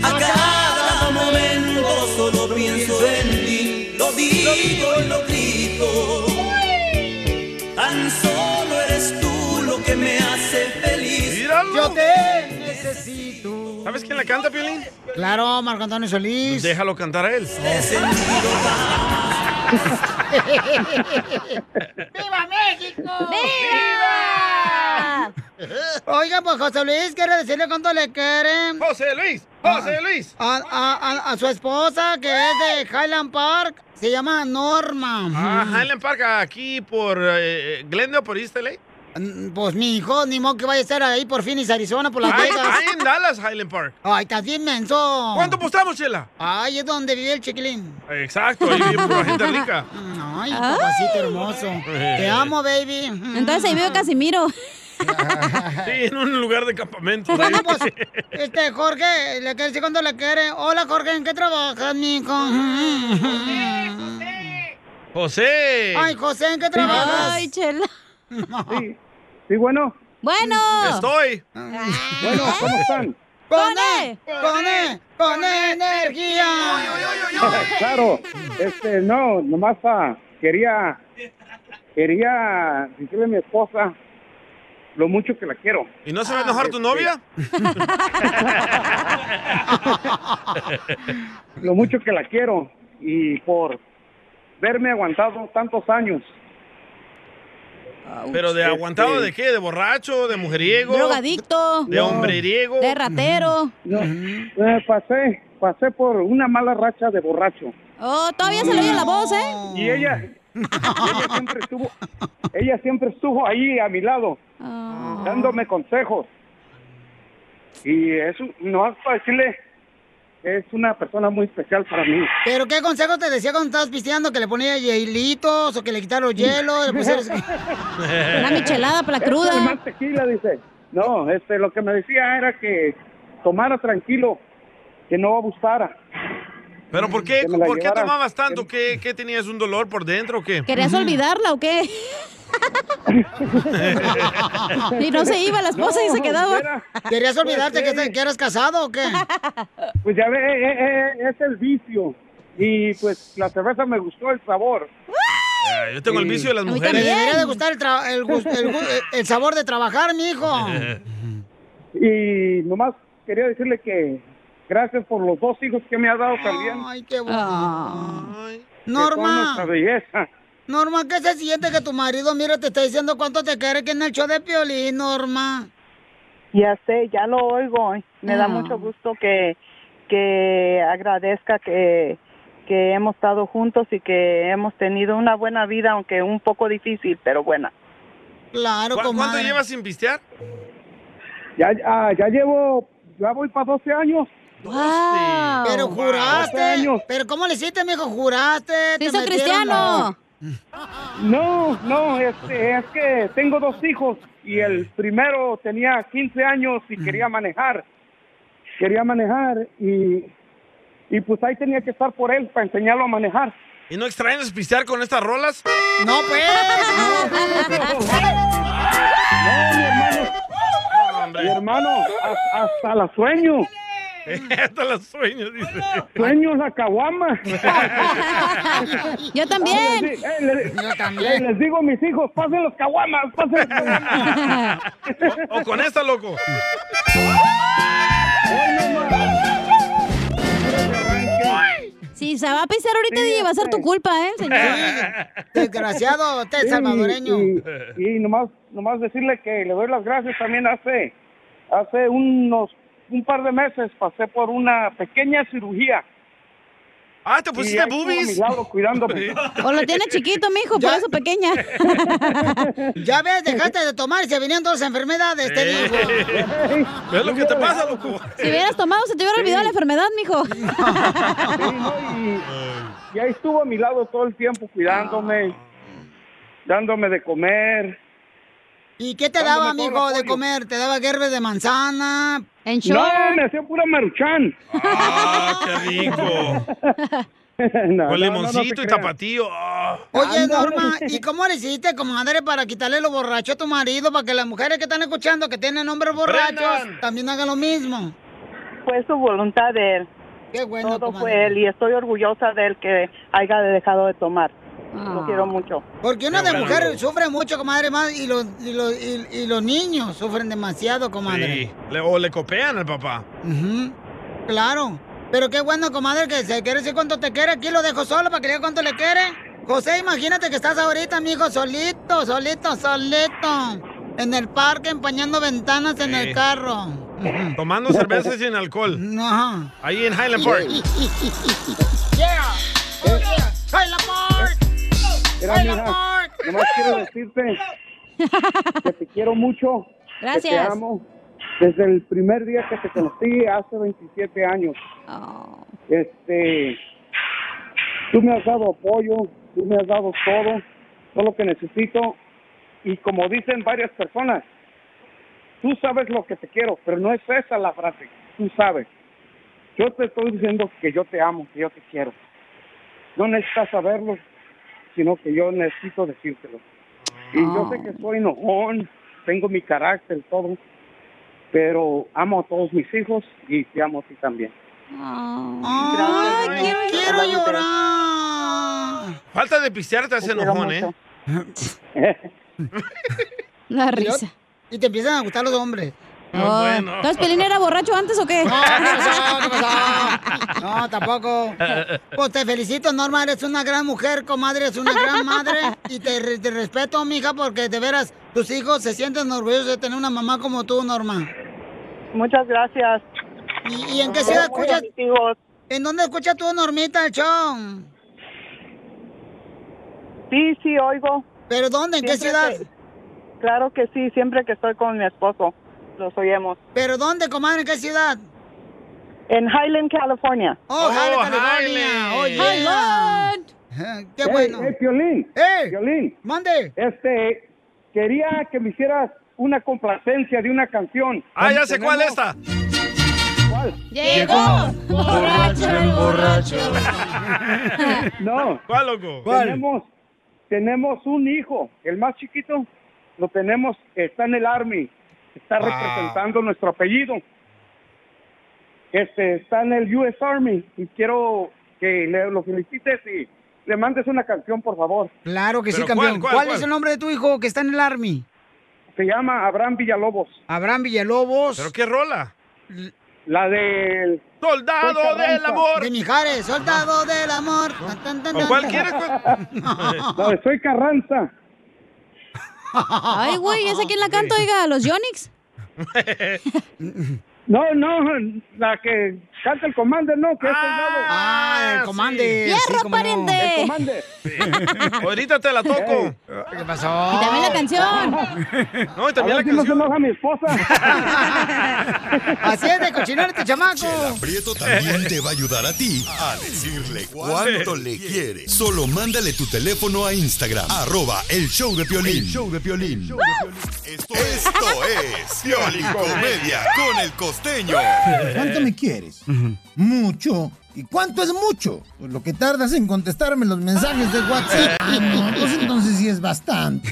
Speaker 8: a cada momento solo pienso en ti, lo digo y lo grito. Tan solo eres tú lo que me hace feliz.
Speaker 1: Yo te necesito.
Speaker 2: ¿Sabes quién la canta, Piolín?
Speaker 1: Claro, Marco Antonio Solís.
Speaker 2: Pues Déjalo cantar a él.
Speaker 1: <laughs> ¡Viva México! ¡Viva! Oiga, pues José Luis quiere decirle cuánto le quieren. Ah,
Speaker 2: José Luis, José Luis.
Speaker 1: A, a- a- a su esposa que es de Highland Park, se llama Norma.
Speaker 2: Ah, Highland Park, aquí por eh, eh, Glendale, por East LA.
Speaker 1: Mm, Pues mi hijo, ni modo que vaya a estar ahí por Phoenix, Arizona, por Las
Speaker 2: Ahí,
Speaker 1: Vegas.
Speaker 2: ahí en Dallas, Highland Park.
Speaker 1: Ay, estás bien menso.
Speaker 2: ¿Cuánto apostamos, Chela?
Speaker 1: Ay, es donde vive el chiquilín.
Speaker 2: Exacto, ahí vive pura gente rica.
Speaker 1: Ay, papacito hermoso. Te amo, baby.
Speaker 5: Ah. Entonces ahí vive Casimiro.
Speaker 2: Sí, en un lugar de campamento.
Speaker 1: Bueno, pues, este, Jorge, le quiere decir cuánto le quiere. Hola, Jorge, ¿en qué trabajas, mijo?
Speaker 2: <laughs> <laughs> José.
Speaker 1: Ay, José, ¿en qué trabajas?
Speaker 5: Ay, chela.
Speaker 1: Sí,
Speaker 10: bueno.
Speaker 5: Bueno.
Speaker 2: Estoy.
Speaker 10: <laughs> Bueno, ¿cómo
Speaker 2: <laughs>
Speaker 10: están?
Speaker 5: E.
Speaker 1: ¡Pone! ¡Pone! ¡Pone energía!
Speaker 10: claro, este, no, nomás ah, quería, quería decirle a mi esposa lo mucho que la quiero. Ah, este,
Speaker 2: ¿Y no se va a enojar
Speaker 1: Ah,
Speaker 2: tu novia?
Speaker 10: Lo mucho que la quiero y por verme aguantado tantos años.
Speaker 2: ¿Pero de aguantado de qué? ¿De borracho? ¿De mujeriego?
Speaker 5: Drogadicto.
Speaker 2: ¿De hombreriego?
Speaker 5: De ratero.
Speaker 10: No, eh, pasé, pasé por una mala racha de
Speaker 2: <laughs>
Speaker 10: borracho.
Speaker 5: Oh, todavía se le oye la voz, ¿eh?
Speaker 10: Y ella, ella siempre estuvo, ella siempre estuvo ahí a mi lado, dándome consejos. Y eso, no es para decirle, es una persona muy especial para
Speaker 5: <laughs>
Speaker 10: mí.
Speaker 1: ¿Pero qué consejo te decía cuando estabas pisteando? ¿Que le ponía hielitos o que le quitaron los hielos? Le pusieras...
Speaker 10: Una
Speaker 5: michelada para la cruda.
Speaker 10: Más tequila, dice. No, este, lo que me decía era que tomara tranquilo, que no abusara.
Speaker 2: ¿Pero por qué,
Speaker 10: Que me la
Speaker 2: por qué
Speaker 10: llevara.
Speaker 2: tomabas tanto? ¿Qué, qué tenías? ¿Un dolor por dentro o qué?
Speaker 5: ¿Querías olvidarla o qué? <laughs> Y no se iba la esposa y se quedaba.
Speaker 1: ¿Querías olvidarte que, te- que eras casado o qué?
Speaker 10: Pues ya ve, eh, eh, eh, es el vicio. Y pues la cerveza me gustó el sabor.
Speaker 2: Ah, <laughs> Yo tengo el vicio de las
Speaker 1: Me
Speaker 2: mujeres.
Speaker 1: debería de gustar el, tra- el gus- el gu- el sabor de trabajar, mijo.
Speaker 10: Y nomás quería decirle que gracias por los dos hijos que me ha dado también.
Speaker 1: Ay, qué bonito.
Speaker 10: Ah. que son
Speaker 1: Norma,
Speaker 10: nuestra belleza.
Speaker 1: Norma, ¿qué se siente que tu marido, mira, te está diciendo cuánto te quiere que en el show de Piolín, Norma?
Speaker 15: Ya sé, ya lo oigo. Me da
Speaker 1: Ah.
Speaker 15: mucho gusto que, que agradezca que, que hemos estado juntos y que hemos tenido una buena vida, aunque un poco difícil, pero buena.
Speaker 1: Claro,
Speaker 2: ¿Cuánto llevas sin pistear?
Speaker 10: Ya, ah, ya llevo, ya voy para 12 años.
Speaker 1: Pero
Speaker 10: Wow.
Speaker 1: juraste.
Speaker 10: 12 años.
Speaker 1: Pero ¿cómo le hiciste, mijo? Juraste.
Speaker 5: hizo
Speaker 1: metieron
Speaker 5: cristiano.
Speaker 10: No, no, este, es que tengo dos hijos y el primero tenía 15 años y quería manejar. Quería manejar y, y pues ahí tenía que estar por él para enseñarlo a manejar.
Speaker 2: ¿Y no extrañas pistear con estas rolas?
Speaker 1: No, pues.
Speaker 2: <laughs>
Speaker 10: No, mi hermano. Mi hermano, has- hasta la sueño.
Speaker 2: Hasta los sueños, dice.
Speaker 10: Sueño la caguama.
Speaker 5: <laughs> Yo también.
Speaker 10: Eh, le-
Speaker 5: Yo también.
Speaker 10: Les digo a mis hijos, pasen los caguamas, pasen los caguamas.
Speaker 2: O con esta, loco.
Speaker 5: Si se va a pisar ahorita, DJ, va a ser tu culpa, ¿eh, señor?
Speaker 1: <laughs> Desgraciado, usted
Speaker 10: Sí,
Speaker 1: salvadoreño.
Speaker 10: Y, y nomás, nomás decirle que le doy las gracias también hace, hace unos, un par de meses pasé por una pequeña cirugía.
Speaker 2: Ah, te
Speaker 5: pusiste boobies?
Speaker 2: <laughs>
Speaker 10: cuidándome.
Speaker 5: O lo tiene chiquito, mijo, por eso pequeña.
Speaker 1: <laughs> Ya ves, dejaste de tomar y se venían todas las enfermedades, te digo.
Speaker 2: ¿Ves lo que te pasa, loco?
Speaker 5: Si hubieras tomado, se te hubiera olvidado la enfermedad, mijo.
Speaker 1: <laughs>
Speaker 10: Y ahí estuvo a mi lado todo el tiempo cuidándome, dándome de comer.
Speaker 1: ¿Y qué te daba, amigo, de comer? ¿Te daba guerbe de manzana?
Speaker 5: En
Speaker 10: No, me hacía pura maruchan.
Speaker 2: Ah, qué rico.
Speaker 10: <laughs> No, no, no, no
Speaker 2: con
Speaker 10: se
Speaker 2: limoncito y
Speaker 10: crea.
Speaker 2: tapatío. Ah.
Speaker 1: Oye, Norma, ¿y cómo le hiciste, comadre, para quitarle lo borracho a tu marido? Para que las mujeres que están escuchando que tienen hombres borrachos
Speaker 15: Brendan.
Speaker 1: también hagan lo mismo.
Speaker 15: Fue su voluntad de él. Todo fue él y estoy orgullosa de él que haya dejado de tomar.
Speaker 1: Ah.
Speaker 15: Lo quiero mucho.
Speaker 1: Porque una
Speaker 15: Qué
Speaker 1: de
Speaker 15: bueno.
Speaker 1: mujeres sufre mucho, comadre, más y los, y los, y, y los niños sufren demasiado, comadre.
Speaker 2: Sí. Le- o le copean al papá.
Speaker 1: Ujú, Claro. Pero qué bueno, comadre, que se quiere decir cuánto te quiere. Aquí lo dejo solo para que le diga cuánto le quiere. José, imagínate que estás ahorita, amigo, solito, solito, solito. En el parque, empañando ventanas en
Speaker 2: Sí.
Speaker 1: el carro.
Speaker 2: Tomando cerveza sin alcohol.
Speaker 1: No.
Speaker 2: Ahí en Highland Park.
Speaker 1: Yeah. Oh, yeah. Baila, Park.
Speaker 10: Mira,
Speaker 1: Baila,
Speaker 10: mija,
Speaker 1: Park.
Speaker 10: nomás quiero decirte que te quiero mucho. Que te
Speaker 1: Gracias.
Speaker 10: amo. Desde el primer día que te conocí, hace 27 años. Este, tú me has dado apoyo, tú me has dado todo, todo lo que necesito. Y como dicen varias personas, tú sabes lo que te quiero, pero no es esa la frase, tú sabes. Yo te estoy diciendo que yo te amo, que yo te quiero. No necesitas saberlo, sino que yo necesito decírtelo. Y yo sé que soy enojón, tengo mi carácter, todo, pero amo a todos mis hijos y te amo a ti también.
Speaker 1: Ay, quiero, quiero llorar.
Speaker 2: Falta de pistear te hace enojón, ¿eh?
Speaker 5: La
Speaker 1: risa. Y te empiezan a gustar los hombres.
Speaker 5: Oh, Entonces, ¿Pelín era borracho antes o qué?
Speaker 1: No, tampoco. Pues te felicito, Norma, eres una gran mujer, comadre, eres una gran madre. Y te, re- te respeto, mija, porque de veras tus hijos se sienten orgullosos de tener una mamá como tú, Norma.
Speaker 15: Muchas gracias.
Speaker 1: ¿Y, y en qué ciudad
Speaker 15: Muy
Speaker 1: escuchas? ¿En dónde escuchas tú, Normita, el show?
Speaker 15: Sí, sí, oigo.
Speaker 1: ¿Pero dónde? ¿En qué ciudad?
Speaker 15: claro que sí, siempre que estoy con mi esposo, los oímos.
Speaker 1: ¿Pero dónde, comadre? ¿En qué ciudad?
Speaker 15: En Highland, California.
Speaker 1: Oh, Highland, California. Oh, yeah. Qué bueno.
Speaker 10: Eh, Piolín. Piolín.
Speaker 1: Mande.
Speaker 10: Este, quería que me hicieras una complacencia de una canción.
Speaker 2: Ah, ya sé cuál es esta.
Speaker 10: Tenemos- Llegó
Speaker 2: borracho
Speaker 10: No.
Speaker 2: ¿Cuál, loco?
Speaker 10: Tenemos Tenemos un hijo, el más chiquito, lo tenemos, está en el Army, está representando nuestro apellido. Este, está en el US Army y quiero que le- lo felicites y le mandes una canción, por favor.
Speaker 1: Claro que sí, campeón. ¿Cuál, es el nombre de tu hijo que está en el Army?
Speaker 10: Se llama Abraham Villalobos.
Speaker 1: Abraham Villalobos.
Speaker 2: ¿Pero qué rola?
Speaker 1: <laughs>
Speaker 10: La del...
Speaker 2: ¡Soldado del amor!
Speaker 1: De Mijares, soldado del amor. Tan, tan, tan, tan.
Speaker 2: pues.
Speaker 1: <laughs>
Speaker 10: La de Soy Carranza.
Speaker 5: Ay, güey, ¿esa quién la canta, oiga? ¿Los Yonix?
Speaker 10: No, no, la que canta el comandante, no, que es soldado.
Speaker 1: Ah, el comandante.
Speaker 5: ¡Hierro, pariente!
Speaker 10: El comandante.
Speaker 2: Ahorita te la toco.
Speaker 1: ¿Qué pasó? Y
Speaker 5: también la canción.
Speaker 2: No, y también
Speaker 10: A
Speaker 2: la
Speaker 10: ver si no
Speaker 2: canción.
Speaker 10: se enoja mi esposa.
Speaker 1: <laughs> Así es de cochinar este chamaco.
Speaker 3: Prieto también te va a ayudar a ti a decirle cuánto le quiere. Solo mándale tu teléfono a Instagram, arroba el show de Piolín.
Speaker 8: El
Speaker 3: show de Piolín. Esto es Piolín Comedia con el costeño.
Speaker 14: <laughs> ¿Cuánto me quieres? Mucho. ¿Y cuánto es mucho? Pues lo que tardas en contestarme los mensajes de WhatsApp. Ah, no, pues entonces sí es bastante.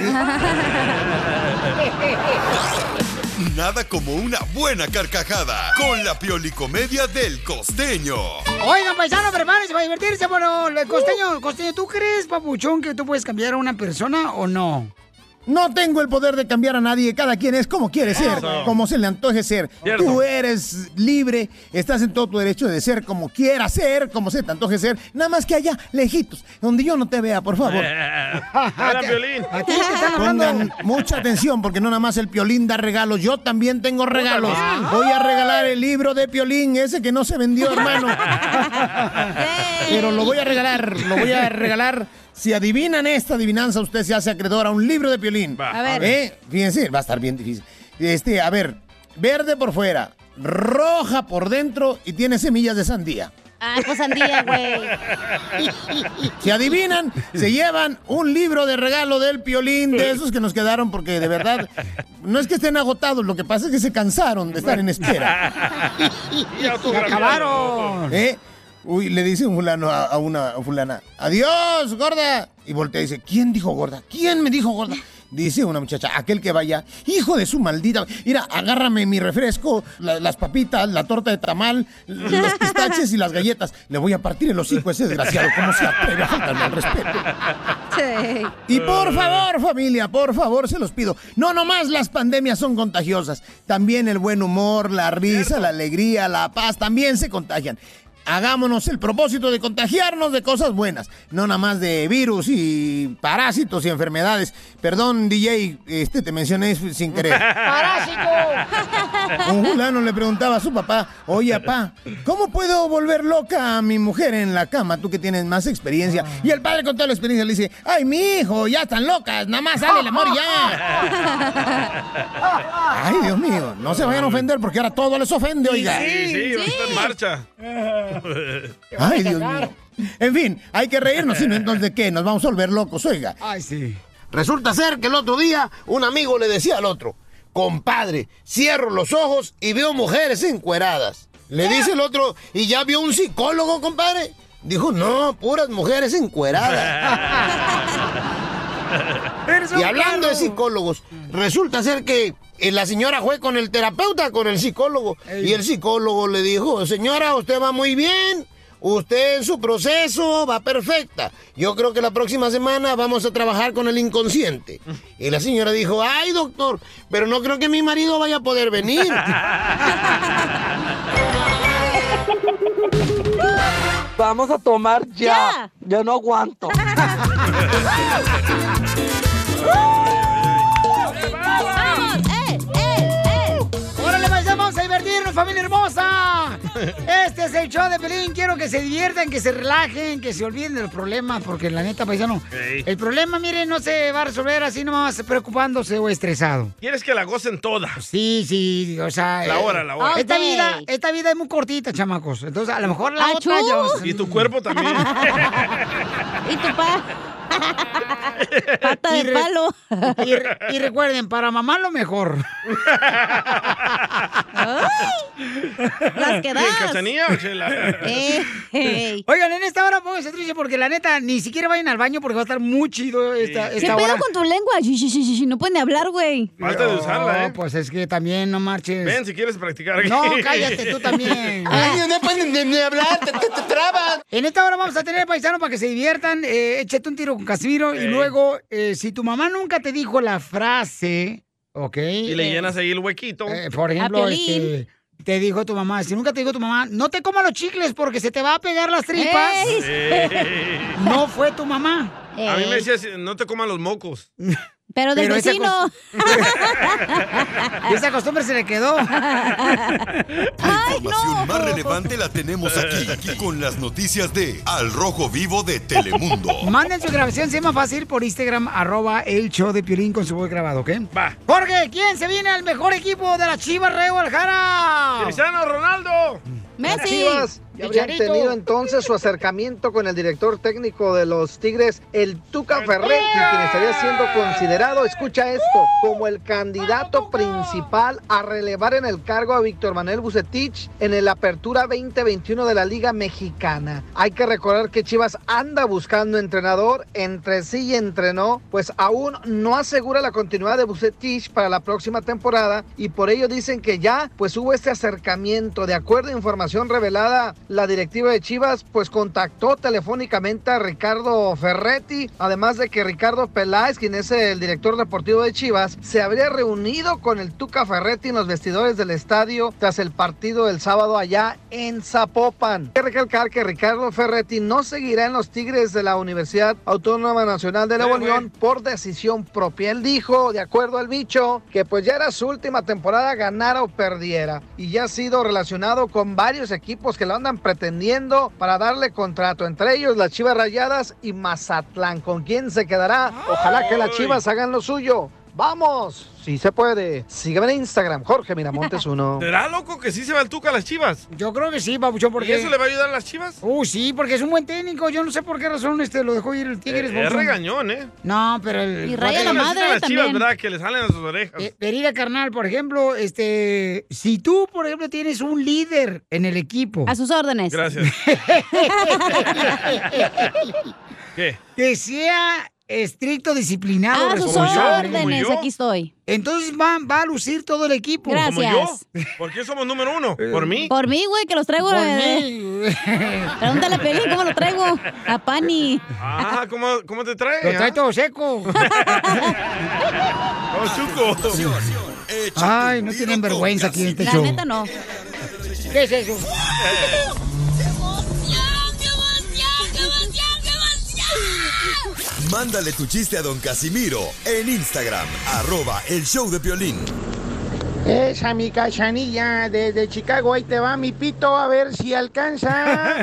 Speaker 3: Nada como una buena carcajada con la piolicomedia del costeño.
Speaker 1: Oigan, paisano, prepárense para divertirse. Bueno, le- costeño, costeño, ¿tú crees, papuchón, que tú puedes cambiar a una persona o no?
Speaker 14: No tengo el poder de cambiar a nadie, cada quien es como quiere ser,
Speaker 1: Eso.
Speaker 14: como se le antoje ser.
Speaker 1: Cierto.
Speaker 14: Tú eres libre, estás en todo tu derecho de ser como quiera ser, como se te antoje ser, nada más que allá, lejitos, donde yo no te vea, por favor.
Speaker 8: Eh. <laughs>
Speaker 2: Era violín.
Speaker 1: Aquí te están hablando.
Speaker 14: Pongan mucha atención porque no nada más el Piolín da regalos, yo también tengo regalos.
Speaker 8: también.
Speaker 14: Voy a regalar el libro de Piolín, ese que no se vendió, hermano. Pero lo voy a regalar, lo voy
Speaker 8: <laughs>
Speaker 14: a regalar. Si adivinan esta adivinanza, usted se hace acreedor a un libro de Piolín.
Speaker 8: A ver.
Speaker 14: ¿Eh? Fíjense, va a estar bien difícil. Este, a ver, verde por fuera, roja por dentro y tiene semillas de sandía.
Speaker 5: Ah, pues sandía, güey.
Speaker 14: Si adivinan, se llevan un libro de regalo del Piolín, de esos que nos quedaron, porque de verdad, no es que estén agotados, lo que pasa es que se cansaron de estar en
Speaker 8: <laughs>
Speaker 14: espera.
Speaker 8: Se acabaron.
Speaker 14: ¿Eh? Uy, le dice un fulano a, a una a fulana, adiós, gorda. Y voltea y dice, ¿quién dijo gorda? ¿Quién me dijo gorda? Dice una muchacha, aquel que vaya, hijo de su maldita. Mira, agárrame mi refresco, la- las papitas, la torta de tamal, los pistaches y las galletas. Le voy a partir el hocico a ese desgraciado. ¿Cómo se atreve a faltarme al respeto? Y por favor, familia, por favor, se los pido. No nomás las pandemias son contagiosas. También el buen humor, la risa, la alegría, la paz, también se contagian. Hagámonos el propósito de contagiarnos de cosas buenas, no nada más de virus y parásitos y enfermedades. Perdón, DJ, este te mencioné sin querer. Un fulano le preguntaba a su papá, oye, papá, ¿cómo puedo volver loca a mi mujer en la cama? Tú que tienes más experiencia. Y el padre con toda la experiencia le dice, ay, mi hijo, ya están locas, nada más sale el amor y
Speaker 2: <laughs>
Speaker 14: ya. ay, Dios mío, no se vayan a ofender porque ahora todo les ofende, oiga.
Speaker 2: Sí, sí, ahorita en marcha.
Speaker 14: Ay, Dios mío. En fin, hay que reírnos, sino entonces de qué, nos vamos a volver locos, oiga.
Speaker 1: Ay, sí.
Speaker 14: Resulta ser que el otro día un amigo le decía al otro, compadre, cierro los ojos y veo mujeres encueradas. Le dice el otro, ¿y ya vio un psicólogo, compadre? Dijo, no, puras mujeres
Speaker 8: <laughs>
Speaker 14: encueradas. y hablando de psicólogos, resulta ser que eh, la señora fue con el terapeuta, con el psicólogo, y el psicólogo le dijo, señora, usted va muy bien, usted en su proceso va perfecta. Yo creo que la próxima semana vamos a trabajar con el inconsciente. Y la señora dijo, ay doctor, pero no creo que mi marido vaya a poder venir.
Speaker 6: Vamos a tomar ya. Yo no aguanto.
Speaker 1: ¡Vamos! ¡Eh! ¡Eh! ¡Eh! ¡Órale, paisano, vamos a divertirnos, familia hermosa! Este es el show de Pelín. Quiero que se diviertan, que se relajen, que se olviden de los problemas, porque la neta, paisano,
Speaker 2: Ey.
Speaker 1: el problema, miren, no se va a resolver así nomás preocupándose o estresado.
Speaker 2: Quieres que la gocen toda.
Speaker 1: Pues Sí, sí, o sea...
Speaker 2: La
Speaker 1: eh,
Speaker 2: hora, la hora.
Speaker 1: Esta vida, esta vida es muy cortita, chamacos. Entonces, a lo mejor la otra ya-
Speaker 2: Y tu cuerpo
Speaker 5: <laughs>
Speaker 2: también. <laughs>
Speaker 5: Y tu pa. Pata de
Speaker 1: re-
Speaker 5: palo.
Speaker 1: Y, re- y recuerden, para mamá lo mejor.
Speaker 5: Las que das. Eh,
Speaker 2: ¿Qué, Cachanilla o Chela?
Speaker 1: Oigan, en esta hora pónganse triste porque la neta, ni siquiera vayan al baño porque va a estar muy chido esta,
Speaker 5: ¿Qué
Speaker 1: esta hora.
Speaker 5: pedo con tu lengua? Sí, sí, sí, sí, sí, No pueden hablar, güey.
Speaker 2: Falta de usarla,
Speaker 1: No,
Speaker 2: ¿eh?
Speaker 1: pues es que también no marches.
Speaker 2: Ven si quieres practicar. aquí.
Speaker 1: No, cállate tú también.
Speaker 2: <laughs> Ay,
Speaker 1: no pueden ni, hablar, te, trabas. En esta hora vamos a tener paisano para que se diviertan. Eh, échate un tiro con Casimiro y
Speaker 2: Ey.
Speaker 1: luego, eh, si tu mamá nunca te dijo la frase, ¿ok? eh,
Speaker 2: Y le llenas ahí el huequito.
Speaker 1: Por ejemplo, este, te dijo tu mamá, si nunca te dijo tu mamá, no te comas los chicles porque se te va a pegar las tripas.
Speaker 2: Ey.
Speaker 1: No fue tu mamá.
Speaker 2: A mí me decías, no te coman los mocos.
Speaker 5: Pero del
Speaker 1: Pero esa
Speaker 5: vecino. <laughs>
Speaker 1: Esa costumbre se le quedó.
Speaker 3: La información más relevante la tenemos aquí, aquí, con las noticias de Al Rojo Vivo de Telemundo.
Speaker 1: Manden su grabación, si es más fácil, por Instagram, arroba el show de Piolín con su voz grabado, ¿ok? Va. Jorge, ¿quién se viene al mejor equipo de la Chivas Rey Guadalajara?
Speaker 2: ¡Cristiano Ronaldo!
Speaker 5: Mm.
Speaker 4: Las Chivas ya habrían
Speaker 1: Chicharito.
Speaker 4: tenido entonces su acercamiento con el director técnico de los Tigres, el Tuca Ferretti, quien estaría siendo considerado, escucha esto, como el candidato principal a relevar en el cargo a Víctor Manuel Bucetich en el Apertura 2021 de la Liga Mexicana. Hay que recordar que Chivas anda buscando entrenador, entre sí y entre no, pues aún no asegura la continuidad de Bucetich para la próxima temporada y por ello dicen que ya pues hubo este acercamiento. De acuerdo a información revelada, la directiva de Chivas pues contactó telefónicamente a Ricardo Ferretti, además de que Ricardo Peláez, quien es el director deportivo de Chivas, se habría reunido con el Tuca Ferretti en los vestidores del estadio tras el partido del sábado allá en Zapopan. Hay que recalcar que Ricardo Ferretti no seguirá en los Tigres de la Universidad Autónoma Nacional de Nuevo
Speaker 22: Eh, güey.
Speaker 4: León por decisión propia. Él dijo, de acuerdo al bicho, que pues ya era su última temporada ganara o perdiera. Y ya ha sido relacionado con varios equipos que lo andan pretendiendo para darle contrato. Entre ellos las Chivas Rayadas y Mazatlán. ¿Con quién se quedará? Ojalá que las Chivas hagan lo suyo. ¡Vamos! Si se puede. Sígueme en Instagram, Jorge Miramontes 1.
Speaker 2: <laughs> ¿Será loco que sí se va el Tuca a las chivas?
Speaker 1: Yo creo que sí, Papuchón, porque...
Speaker 2: ¿Y eso le va a ayudar a las chivas?
Speaker 1: Uh, sí, porque es un buen técnico. Yo no sé por qué razón este lo dejó ir el Tigres.
Speaker 2: Eh,
Speaker 1: Papuchón.
Speaker 2: es regañón, ¿eh?
Speaker 1: No, pero el...
Speaker 2: Así a las chivas, ¿verdad? Que le salen a sus orejas.
Speaker 1: Eh, pero mira, carnal, por ejemplo, este, si tú, por ejemplo, tienes un líder en el equipo.
Speaker 5: A sus
Speaker 1: <laughs>
Speaker 5: órdenes.
Speaker 2: Gracias. ¿Qué?
Speaker 1: que sea estricto, disciplinado.
Speaker 5: A sus
Speaker 1: responsable.
Speaker 5: órdenes, aquí estoy.
Speaker 1: Entonces va, va a lucir todo el equipo.
Speaker 5: Gracias.
Speaker 2: ¿Como yo? ¿Por qué somos número uno? ¿Por mí?
Speaker 5: Por mí, güey, que los traigo.
Speaker 2: Por
Speaker 5: eh, <laughs> Pregúntale a Pelín cómo lo traigo. A Pani.
Speaker 2: Ah, ¿cómo, cómo te
Speaker 1: Lo
Speaker 2: trae?
Speaker 1: trae todo
Speaker 5: <laughs>
Speaker 1: seco.
Speaker 2: <laughs> ah? Oh, chuco.
Speaker 1: Ay, no tienen vergüenza aquí en este
Speaker 5: La
Speaker 1: show.
Speaker 5: neta no.
Speaker 1: ¿Qué es eso?
Speaker 3: Mándale tu chiste a don Casimiro en Instagram, arroba el show de violín.
Speaker 16: Esa mi cachanilla desde Chicago, ahí te va mi pito, a ver si alcanza.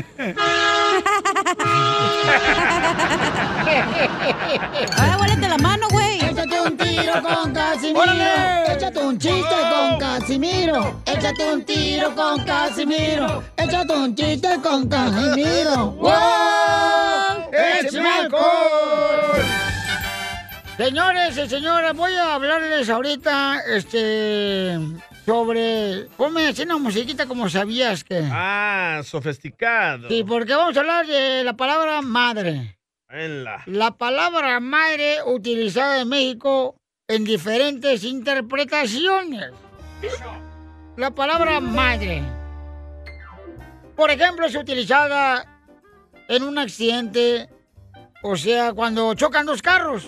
Speaker 5: Ahora vuélete la mano, güey.
Speaker 1: Échate un tiro con Casimiro.
Speaker 5: ¡Órale!
Speaker 1: Échate un chiste con Casimiro. Échate un tiro con Casimiro. Échate un chiste con Casimiro. ¡Wow!
Speaker 8: ¡Échame
Speaker 1: alcohol! Señores y señoras, voy a hablarles ahorita, este, sobre... Ponme así una musiquita como sabías que...
Speaker 2: Ah, sofisticado.
Speaker 1: Sí, porque vamos a hablar de la palabra madre.
Speaker 2: Venla.
Speaker 1: La palabra madre utilizada en México en diferentes interpretaciones. La palabra madre. Por ejemplo, es utilizada en un accidente, o sea, cuando chocan dos carros.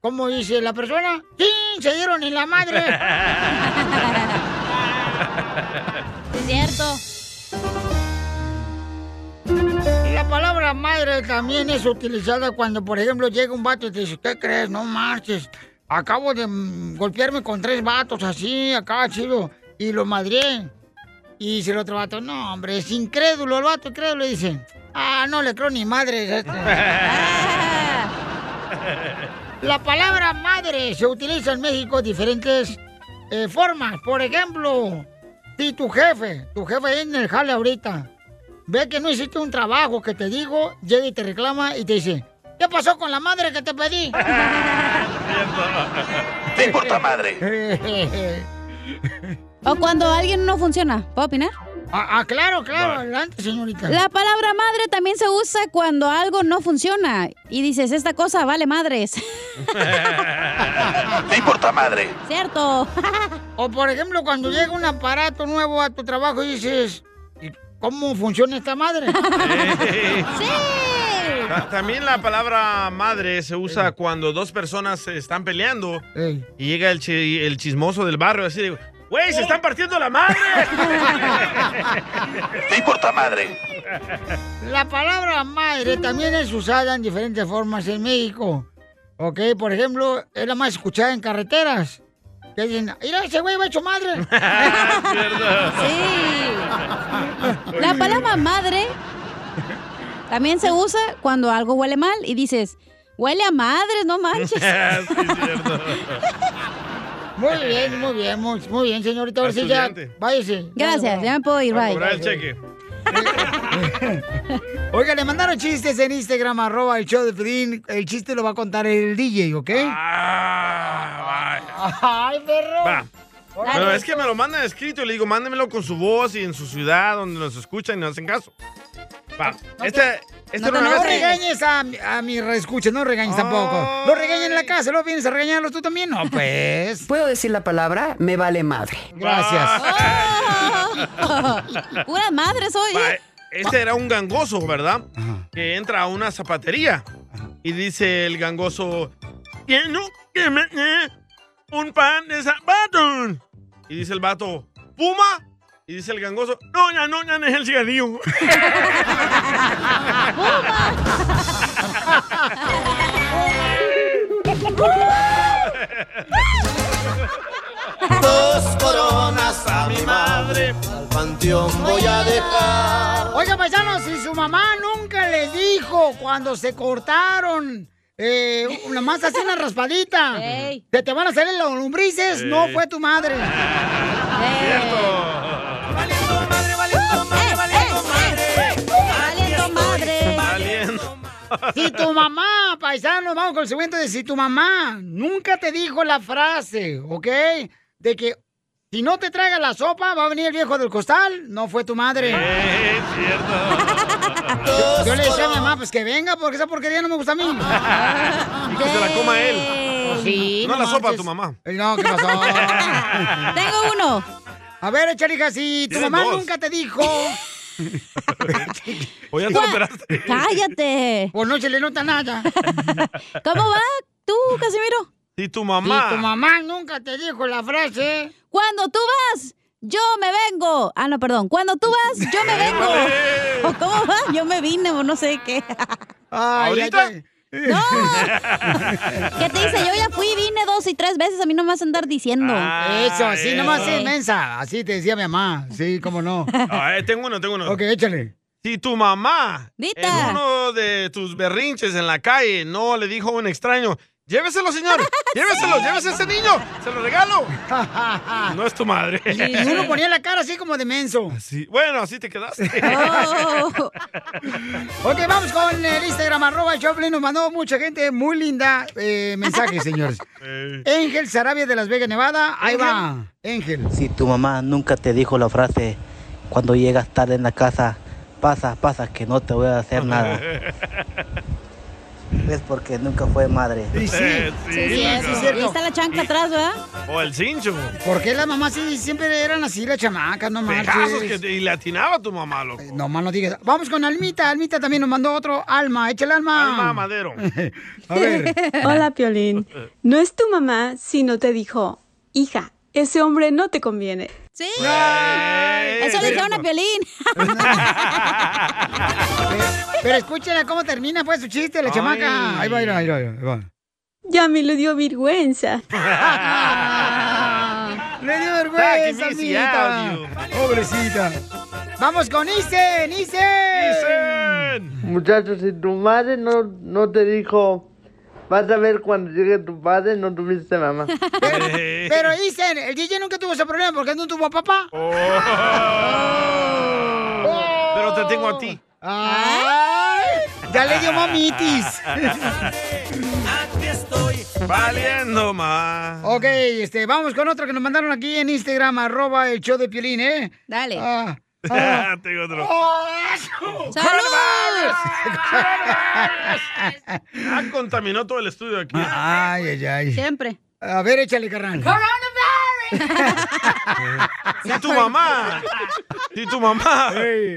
Speaker 1: Como dice la persona, ¡Sí! Se dieron en la madre.
Speaker 8: <laughs>
Speaker 5: Es cierto.
Speaker 1: La palabra madre también es utilizada cuando, por ejemplo, llega un vato y te dice, ¿qué crees? No marches. Acabo de mm, golpearme con tres vatos así, acá chido, y lo madré. Y dice el otro vato, no, hombre, es incrédulo el vato, incrédulo, y dice, ah, no le creo ni este". madre.
Speaker 5: <laughs>
Speaker 1: La palabra madre se utiliza en México de diferentes eh, formas. Por ejemplo, si tu jefe, tu jefe ahí en el jale ahorita, ve que no hiciste un trabajo que te digo, llega y te reclama y te dice, ¿Qué pasó con la madre que te pedí?
Speaker 12: ¡Te importa madre!
Speaker 5: O cuando alguien no funciona. ¿Puedo opinar?
Speaker 1: Ah, ah, claro, claro. Adelante, señorita.
Speaker 5: La palabra madre también se usa cuando algo no funciona y dices, esta cosa vale madres. <laughs>
Speaker 12: ¡Te importa madre!
Speaker 5: ¿Cierto?
Speaker 1: <laughs> o por ejemplo, cuando llega un aparato nuevo a tu trabajo y dices, "¿Y ¿cómo funciona esta madre?
Speaker 2: Ta- También la palabra madre se usa cuando dos personas se están peleando y llega el, chi- el chismoso del barrio así de, ¡Güey, se están partiendo la madre!
Speaker 12: ¡Te importa madre!
Speaker 1: La palabra madre también es usada en diferentes formas en México. Ok, por ejemplo, es la más escuchada en carreteras. Que dicen, mira, ese güey va hecho
Speaker 5: <laughs>
Speaker 1: madre.
Speaker 8: <laughs>
Speaker 5: Sí. La palabra madre también se usa cuando algo huele mal y dices, huele a madre, no
Speaker 1: <laughs>
Speaker 5: manches.
Speaker 1: Muy bien, muy bien, muy, muy bien, señorita. Ahora sí, ya,
Speaker 5: Estudiante.
Speaker 1: váyese.
Speaker 5: Gracias, ya me puedo ir, bye.
Speaker 1: Oiga, le mandaron chistes en Instagram, arroba el show de Pelín. El chiste lo va a contar el DJ, ¿ok?
Speaker 5: Ah,
Speaker 1: <laughs> ¡Ay, perro!
Speaker 2: Va. Pero es que me lo mandan escrito y le digo, mándemelo con su voz y en su ciudad donde nos escuchan y nos hacen caso. Va. Este,
Speaker 1: no,
Speaker 2: este era una
Speaker 1: no
Speaker 2: vez que-
Speaker 1: regañes a, a mi reescucha, no regañes tampoco. Lo regañen en la casa, luego vienes a regañarlos tú también. No, pues.
Speaker 17: <laughs> ¿Puedo decir la palabra? Me vale madre.
Speaker 1: Gracias.
Speaker 5: <laughs> Pura madre soy. ¿eh?
Speaker 2: Va, Este era un gangoso, ¿verdad? Que entra a una zapatería y dice el gangoso, ¿Quién que me dé un pan de zapatos? Y dice el vato, ¿Puma? Y dice el gangoso, no, ya no, ya no es el cigarrillo.
Speaker 8: Dos coronas a mi madre, al panteón voy a dejar.
Speaker 1: Oiga, paisanos, si su mamá nunca les dijo cuando se cortaron eh,
Speaker 8: <laughs>
Speaker 1: una masa así una raspadita,
Speaker 5: Ey.
Speaker 1: que te van a salir los lombrices, no
Speaker 8: Ey.
Speaker 1: fue tu madre.
Speaker 5: Valiendo madre.
Speaker 1: Si tu mamá, paisano, vamos con el siguiente de si tu mamá nunca te dijo la frase, ¿ok? De que si no te traga la sopa, va a venir el viejo del costal, no fue tu madre. Yo, yo le decía a mi mamá, pues que venga, porque esa porquería no me gusta a mí.
Speaker 2: <laughs> y que se la coma él.
Speaker 1: Pues sí,
Speaker 2: no, la sopa a
Speaker 1: marches.
Speaker 2: tu mamá.
Speaker 1: Eh, No, ¿qué
Speaker 2: <laughs>
Speaker 1: pasó?
Speaker 5: <laughs> Tengo uno.
Speaker 1: A ver, échale, hija, si tu
Speaker 2: Tienes
Speaker 1: mamá
Speaker 2: dos.
Speaker 1: nunca te dijo.
Speaker 2: O ya te
Speaker 5: Gua-
Speaker 2: operaste.
Speaker 5: Cállate.
Speaker 1: Pues no se le nota nada.
Speaker 5: <laughs> ¿Cómo va tú, Casimiro?
Speaker 2: Si tu mamá.
Speaker 1: Si tu mamá nunca te dijo la frase.
Speaker 5: Cuando tú vas, yo me vengo. Ah, no, perdón. Cuando tú vas, yo me vengo. <laughs> ¿O cómo va? Yo me vine o no sé
Speaker 1: <laughs>
Speaker 5: qué.
Speaker 8: ¿Ahorita?
Speaker 5: No. ¿Qué te dice? Yo ya fui, vine dos y tres veces. A mí no me vas a andar diciendo.
Speaker 1: Eso, así nomás
Speaker 5: Sí.
Speaker 1: es mensa. Así te decía mi mamá. Sí, cómo
Speaker 2: <laughs>
Speaker 1: no.
Speaker 2: Ah, eh, tengo uno, tengo uno.
Speaker 1: Ok, échale.
Speaker 2: Si tu mamá
Speaker 5: Dita.
Speaker 2: en uno de tus berrinches en la calle no le dijo a un extraño, lléveselo,
Speaker 1: <laughs>
Speaker 2: señor, lléveselo, llévese a ese niño, se lo regalo. no es tu madre.
Speaker 1: Ah.
Speaker 2: <laughs>
Speaker 1: Y uno ponía la cara así como de menso. Oh.
Speaker 2: Sí, Bueno, así te quedaste.
Speaker 1: Ok, vamos con el Instagram, arroba Choplin. Nos mandó mucha gente muy linda eh,
Speaker 5: <laughs>
Speaker 1: mensajes, señores. Ángel Sarabia de Las Vegas, Nevada. Ahí va. Ángel.
Speaker 18: Si tu mamá nunca te dijo la frase cuando llegas tarde en la casa, pasa, pasa, que no te voy a hacer nada, es porque nunca fue madre.
Speaker 1: <laughs> Y sí,
Speaker 18: Eh,
Speaker 5: Sí, sí, eso. Y está la chanca atrás, ¿verdad?
Speaker 2: O el cincho.
Speaker 1: ¿Por qué las mamás sí, siempre eran así, las chamacas? No
Speaker 2: Pegazos que
Speaker 1: manches.
Speaker 2: te- y le atinaba tu mamá, loco.
Speaker 1: No más no digas. Vamos con Almita. Almita también nos mandó otro. Alma, échale alma.
Speaker 2: Alma Madero.
Speaker 1: <laughs> A ver.
Speaker 19: Hola, Piolín. No es tu mamá si no te dijo, hija, ese hombre no te conviene.
Speaker 5: Sí.
Speaker 19: Eso le dijeron a
Speaker 5: Piolín.
Speaker 1: Pero escúchenla cómo termina pues su chiste, la chamaca. <laughs> Ahí va, ahí va, ahí va, ahí va.
Speaker 19: Ya me lo dio vergüenza.
Speaker 24: <laughs>
Speaker 1: Le dio
Speaker 19: Taki,
Speaker 1: vergüenza,
Speaker 19: Missy,
Speaker 1: amiguita. Pobrecita. Vamos con Isen, Isen.
Speaker 24: Muchachos, si tu madre no, no te dijo, vas a ver cuando llegue tu padre, no tuviste
Speaker 1: <laughs>
Speaker 24: mamá.
Speaker 1: Pero Isen, el DJ nunca tuvo ese problema porque no tuvo papá. Oh.
Speaker 2: Pero te tengo a ti.
Speaker 1: Ay. Ya le dio mamitis.
Speaker 2: <laughs>
Speaker 8: Aquí estoy.
Speaker 2: Valiendo más.
Speaker 1: Ok, este, vamos con otro que nos mandaron aquí en Instagram, arroba el show de Piolín, ¿eh? Dale.
Speaker 2: <laughs> Ah, Tengo otro. Ah, contaminó todo el estudio aquí.
Speaker 1: Ah, Ay, ay, ay. Siempre. A ver, échale, carnal.
Speaker 2: <laughs> Si tu mamá, si tu mamá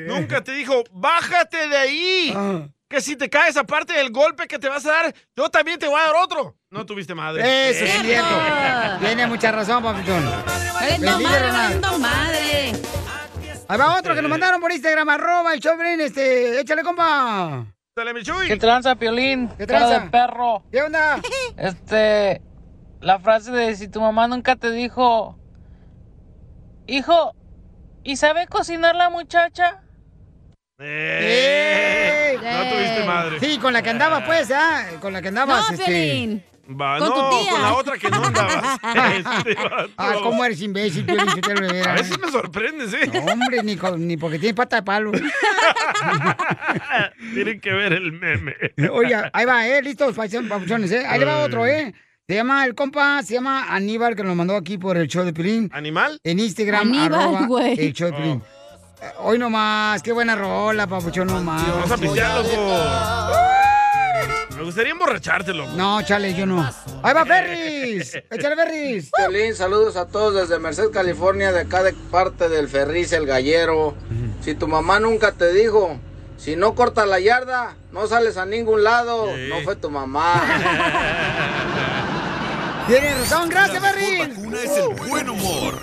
Speaker 2: nunca te dijo, bájate de ahí,
Speaker 1: Ah.
Speaker 2: que si te caes aparte del golpe que te vas a dar, yo también te voy a dar otro. No tuviste madre.
Speaker 1: Eso es cierto. Tiene mucha razón, papuchón.
Speaker 5: Valiendo
Speaker 1: Feliz
Speaker 5: madre,
Speaker 1: Renal.
Speaker 5: valiendo madre.
Speaker 1: Ahí va otro que nos mandaron por Instagram, arroba el show de Piolín, este, échale, compa.
Speaker 2: Dale, mi Chuy.
Speaker 20: ¿Qué tranza, Piolín?
Speaker 1: ¿Qué
Speaker 20: Cara
Speaker 1: tranza?
Speaker 20: de perro.
Speaker 1: ¿Qué onda?
Speaker 20: Este, la frase de si tu mamá nunca te dijo, hijo, ¿y sabe cocinar la muchacha?
Speaker 2: Eh, no tuviste madre.
Speaker 1: Sí, con la que andaba, pues, ¿ah? Con la que andabas, este.
Speaker 2: Va,
Speaker 1: Con tu
Speaker 2: no,
Speaker 1: tía.
Speaker 2: con la otra que no andabas. Este vato.
Speaker 1: Ah, ¿cómo eres imbécil, Piolín? Sotelo, de veras?
Speaker 2: A veces me sorprendes, ¿eh?
Speaker 1: No, hombre, ni, con- ni porque tiene pata de palo.
Speaker 2: Tienen que ver el meme.
Speaker 1: Oiga, ahí va, ¿eh? Listos, paisón- papuchones, ¿eh? Ahí le va otro, ¿eh? Se llama el compa, se llama Aníbal, que nos mandó aquí por el show de Pilín.
Speaker 2: ¿Animal?
Speaker 1: En Instagram,
Speaker 2: Aníbal,
Speaker 1: arroba
Speaker 2: güey.
Speaker 1: el show de Pilín.
Speaker 2: Oh.
Speaker 1: Hoy nomás, qué buena rola, papuchón, nomás.
Speaker 2: Vamos a pistear, loco. Me gustaría emborrachártelo.
Speaker 1: No, chale, yo no. Ahí va Ferris. Échale Ferris.
Speaker 13: <laughs> Piolín, saludos a todos desde Merced, California, de acá de parte del Ferris el Gallero. Si tu mamá nunca te dijo, si no cortas la yarda, no sales a ningún lado, no fue tu
Speaker 1: <laughs>
Speaker 13: mamá.
Speaker 1: Tienes razón, gracias, Ferris.
Speaker 3: Una es el buen humor.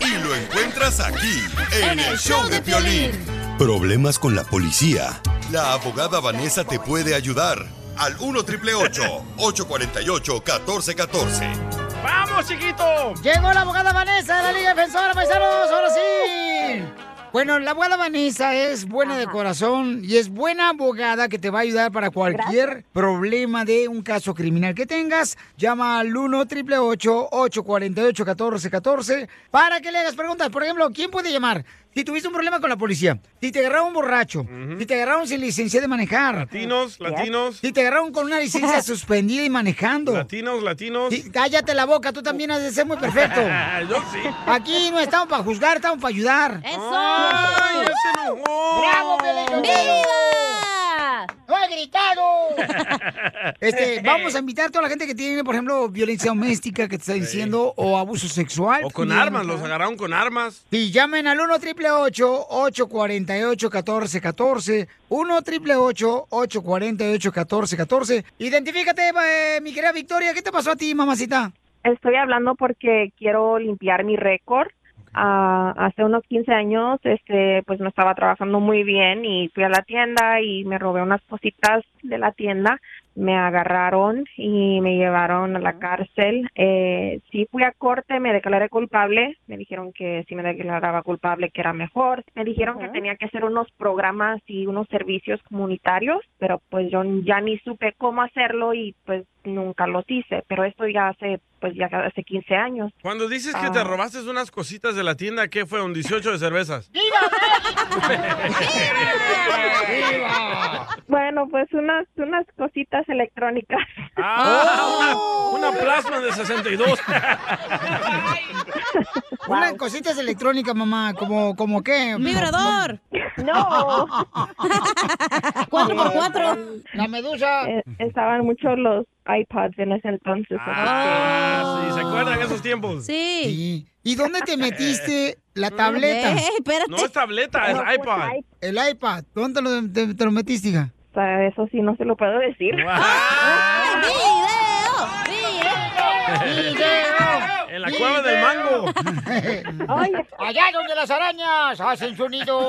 Speaker 3: Y lo encuentras aquí, en el show de Piolín. <laughs> Problemas con la policía. La abogada Vanessa te puede ayudar. Al 1 848 1414.
Speaker 2: ¡Vamos, chiquito!
Speaker 1: Llegó la abogada Vanessa de la Liga Defensora, paisanos, ahora sí. Bueno, la abogada Vanessa es buena de corazón y es buena abogada que te va a ayudar para cualquier problema de un caso criminal que tengas. Llama al 1 848 1414 para que le hagas preguntas. Por ejemplo, ¿quién puede llamar? Si tuviste un problema con la policía, si te agarraron borracho, si te agarraron sin licencia de manejar.
Speaker 2: Latinos, latinos.
Speaker 1: Si te agarraron con una licencia suspendida y manejando.
Speaker 2: Latinos, latinos.
Speaker 1: Sí, cállate la boca, tú también has de ser muy perfecto.
Speaker 2: <laughs> Yo sí.
Speaker 1: Aquí no estamos para juzgar, estamos para ayudar.
Speaker 13: ¿Eh?
Speaker 1: ¡Eso!
Speaker 2: ¡Ay, ya se
Speaker 1: ¡Bravo, Pelín!
Speaker 5: ¡Viva!
Speaker 1: ¡No he gritado! Este, vamos a invitar a toda la gente que tiene, por ejemplo, violencia doméstica que te está diciendo o abuso sexual.
Speaker 2: O con armas, los agarraron con armas.
Speaker 1: Y llamen al 1 888 848 1414 1 888 848 1414 Identifícate, eh, mi querida Victoria. ¿Qué te pasó a ti, mamacita?
Speaker 21: Estoy hablando porque quiero limpiar mi récord. Ah, hace unos 15 años, este, pues no estaba trabajando muy bien y fui a la tienda y me robé unas cositas de la tienda. Me agarraron y me llevaron a la cárcel. Eh, sí fui a corte, me declaré culpable. Me dijeron que si me declaraba culpable que era mejor. Me dijeron que tenía que hacer unos programas y unos servicios comunitarios, pero pues yo ya ni supe cómo hacerlo y pues nunca los hice. Pero esto ya hace, pues ya hace 15 años.
Speaker 2: Cuando dices que te
Speaker 21: Ah.
Speaker 2: robaste unas cositas de la tienda, ¿qué fue? ¿Un 18 de cervezas? <laughs>
Speaker 21: Bueno, pues unas unas cositas electrónicas.
Speaker 2: Ah, una, una plasma de <laughs> 62.
Speaker 1: Unas cositas electrónicas, mamá, como, como qué? <laughs>
Speaker 21: vibrador. No.
Speaker 1: <laughs> Cuatro por cuatro. La medusa.
Speaker 21: Eh, estaban muchos los iPods en ese entonces.
Speaker 2: Ah, sí, ¿se acuerdan esos tiempos?
Speaker 1: Sí. ¿Y dónde te metiste la tableta?
Speaker 21: Ey, espérate.
Speaker 2: No es tableta, es
Speaker 21: No, pues,
Speaker 2: iPad.
Speaker 21: iPad.
Speaker 1: El iPad. ¿Dónde te lo, te- te lo metiste, hija?
Speaker 21: O sea, eso sí no se lo puedo decir. <laughs>
Speaker 1: ¡Video! ¡Video!
Speaker 2: En la cueva del mango.
Speaker 1: Ay, allá donde las arañas hacen su nido.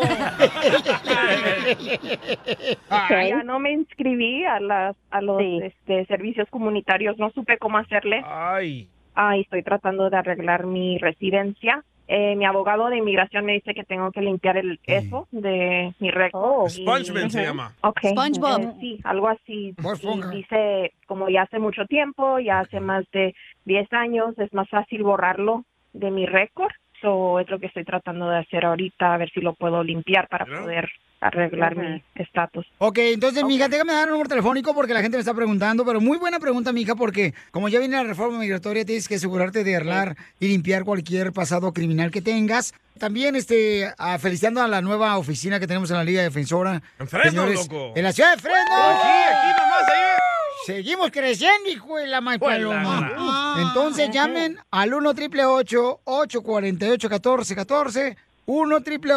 Speaker 2: <laughs>
Speaker 21: Ay, Ya no me inscribí a las a los este, servicios comunitarios, no supe cómo hacerle.
Speaker 2: Ay.
Speaker 21: Ay, estoy tratando de arreglar mi residencia. Eh, mi abogado de inmigración me dice que tengo que limpiar el eso de mi
Speaker 1: Ah.
Speaker 21: récord.
Speaker 2: Expungement se
Speaker 21: Ujú.
Speaker 2: llama.
Speaker 21: Ok.
Speaker 2: SpongeBob.
Speaker 21: Eh, sí, algo así.
Speaker 2: Bob
Speaker 21: Y
Speaker 2: Esponja.
Speaker 21: dice, como ya hace mucho tiempo, ya hace más de 10 años, es más fácil borrarlo de mi récord. So, es lo que estoy tratando de hacer ahorita, a ver si lo puedo limpiar para poder arreglar mi estatus.
Speaker 1: Ok, entonces, mija, déjame dar un número telefónico porque la gente me está preguntando, pero muy buena pregunta, mija, porque como ya viene la reforma migratoria, tienes que asegurarte de arreglar y limpiar cualquier pasado criminal que tengas. También, este, a- felicitando a la nueva oficina que tenemos en la Liga Defensora.
Speaker 2: En Fresno, loco.
Speaker 1: En la ciudad de Fresno.
Speaker 2: Aquí, aquí nomás, ahí.
Speaker 1: Seguimos creciendo, hijo de la
Speaker 2: Pues, la,
Speaker 1: maipaloma.
Speaker 2: la.
Speaker 1: Entonces llamen al 1 triple 848 1414 1 triple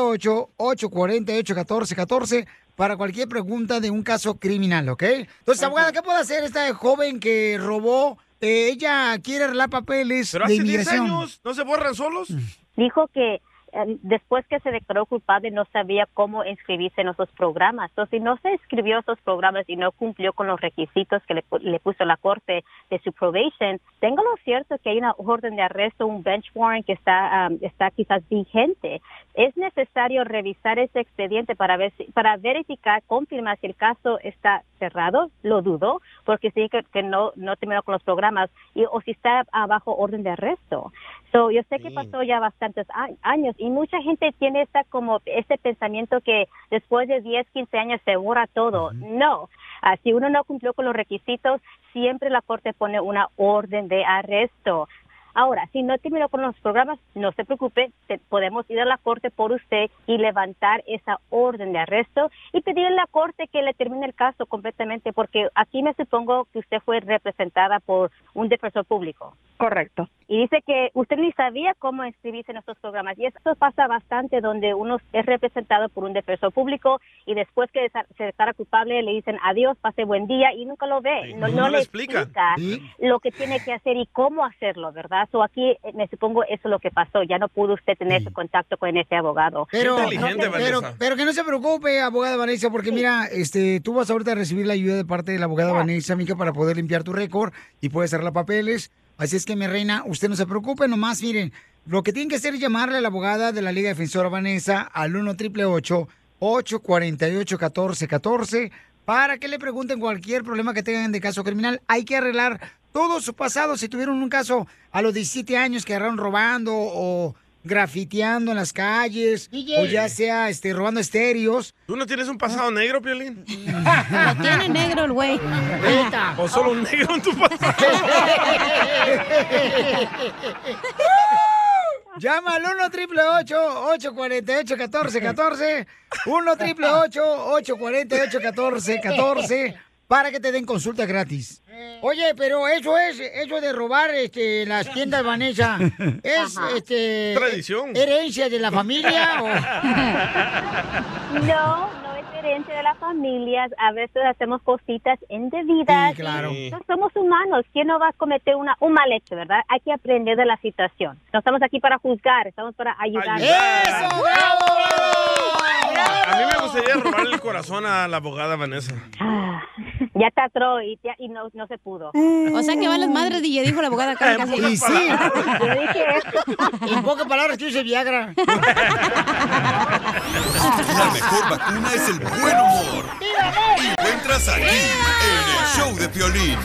Speaker 1: 848 1414 para cualquier pregunta de un caso criminal, ¿ok? Entonces, abogada, ¿qué puede hacer esta joven que robó? Eh, ella quiere arreglar papeles
Speaker 2: Pero
Speaker 1: de
Speaker 2: hace 10
Speaker 1: inmigración.
Speaker 2: años, ¿no se borran solos?
Speaker 7: Dijo que eh, después que se declaró culpable no sabía cómo inscribirse en esos programas. O si no se inscribió a esos programas y no cumplió con los requisitos que le, pu- le puso la corte de su probation, tengo lo cierto que hay una orden de arresto, un bench warrant que está, um, está quizás vigente. Es necesario revisar ese expediente para, ver si- para verificar, confirmar si el caso está cerrado, lo dudo, porque sí que, que no, no terminó con los programas, y, o si está ah, bajo orden de arresto. So, yo sé que pasó ya bastantes a- años y mucha gente tiene esta como este pensamiento que después de 10, 15 años se borra todo. No, Ah, si uno no cumplió con los requisitos, siempre la corte pone una orden de arresto. Ahora, si no terminó con los programas, no se preocupe, te- podemos ir a la corte por usted y levantar esa orden de arresto y pedirle a la corte que le termine el caso completamente, porque aquí me supongo que usted fue representada por un defensor público.
Speaker 21: Correcto.
Speaker 7: Y dice que usted ni sabía cómo inscribirse en estos programas. Y esto pasa bastante donde uno es representado por un defensor público y después que desa- se declara culpable le dicen adiós, pase buen día y nunca lo ve. no,
Speaker 2: no
Speaker 7: no
Speaker 2: le
Speaker 7: le
Speaker 2: explica.
Speaker 7: explica,
Speaker 2: Sí.
Speaker 7: lo que tiene que hacer y cómo hacerlo, ¿verdad? So aquí eh, me supongo eso es lo que pasó. Ya no pudo usted tener ese contacto con ese abogado.
Speaker 1: Pero,
Speaker 7: No, no
Speaker 1: pero,
Speaker 7: sé-
Speaker 1: pero, que no se preocupe, abogada Vanessa, porque mira, este, tú vas ahorita a recibir la ayuda de parte de la abogada Vanessa Mica para poder limpiar tu récord y puedes hacer los papeles. Así es que, mi reina, usted no se preocupe, nomás miren, lo que tienen que hacer es llamarle a la abogada de la Liga Defensora Vanessa al 1 888 848 1414 para que le pregunten cualquier problema que tengan de caso criminal. Hay que arreglar todo su pasado. Si tuvieron un caso a los 17 años que agarraron robando o grafiteando en las calles, o ya sea este, robando estéreos.
Speaker 2: ¿Tú no tienes un pasado negro,
Speaker 21: <laughs>
Speaker 2: Piolín?
Speaker 1: Lo tiene <laughs> negro el güey.
Speaker 2: ¿O solo un negro en tu
Speaker 1: <laughs> Llama al 1 triple 848 1414 1 triple 848 1414 para que te den consulta gratis. Oye, pero eso es, eso de robar este, las tiendas Vanessa, ¿es este,
Speaker 2: Tradición.
Speaker 1: herencia de la familia o...?
Speaker 7: No, no es herencia de las familias. A veces hacemos cositas indebidas.
Speaker 1: Sí, claro.
Speaker 7: Y no somos humanos. ¿Quién no va a cometer una, un mal hecho, verdad? Hay que aprender de la situación. No estamos aquí para juzgar, estamos para ayudar.
Speaker 2: ¡Eso,
Speaker 7: ¡Bravo!
Speaker 2: A mí me gustaría robarle el corazón a la abogada Vanessa.
Speaker 7: Ya te atró y, ya- y no, no se pudo.
Speaker 1: Mm.
Speaker 5: O sea que van las madres, DJ, dijo la abogada casi, casi.
Speaker 1: Y sí.
Speaker 5: <laughs>
Speaker 7: Yo dije eso.
Speaker 1: En pocas palabras, que use Viagra.
Speaker 3: La mejor vacuna es el buen humor. Y lo encuentras aquí, en el show de Piolín.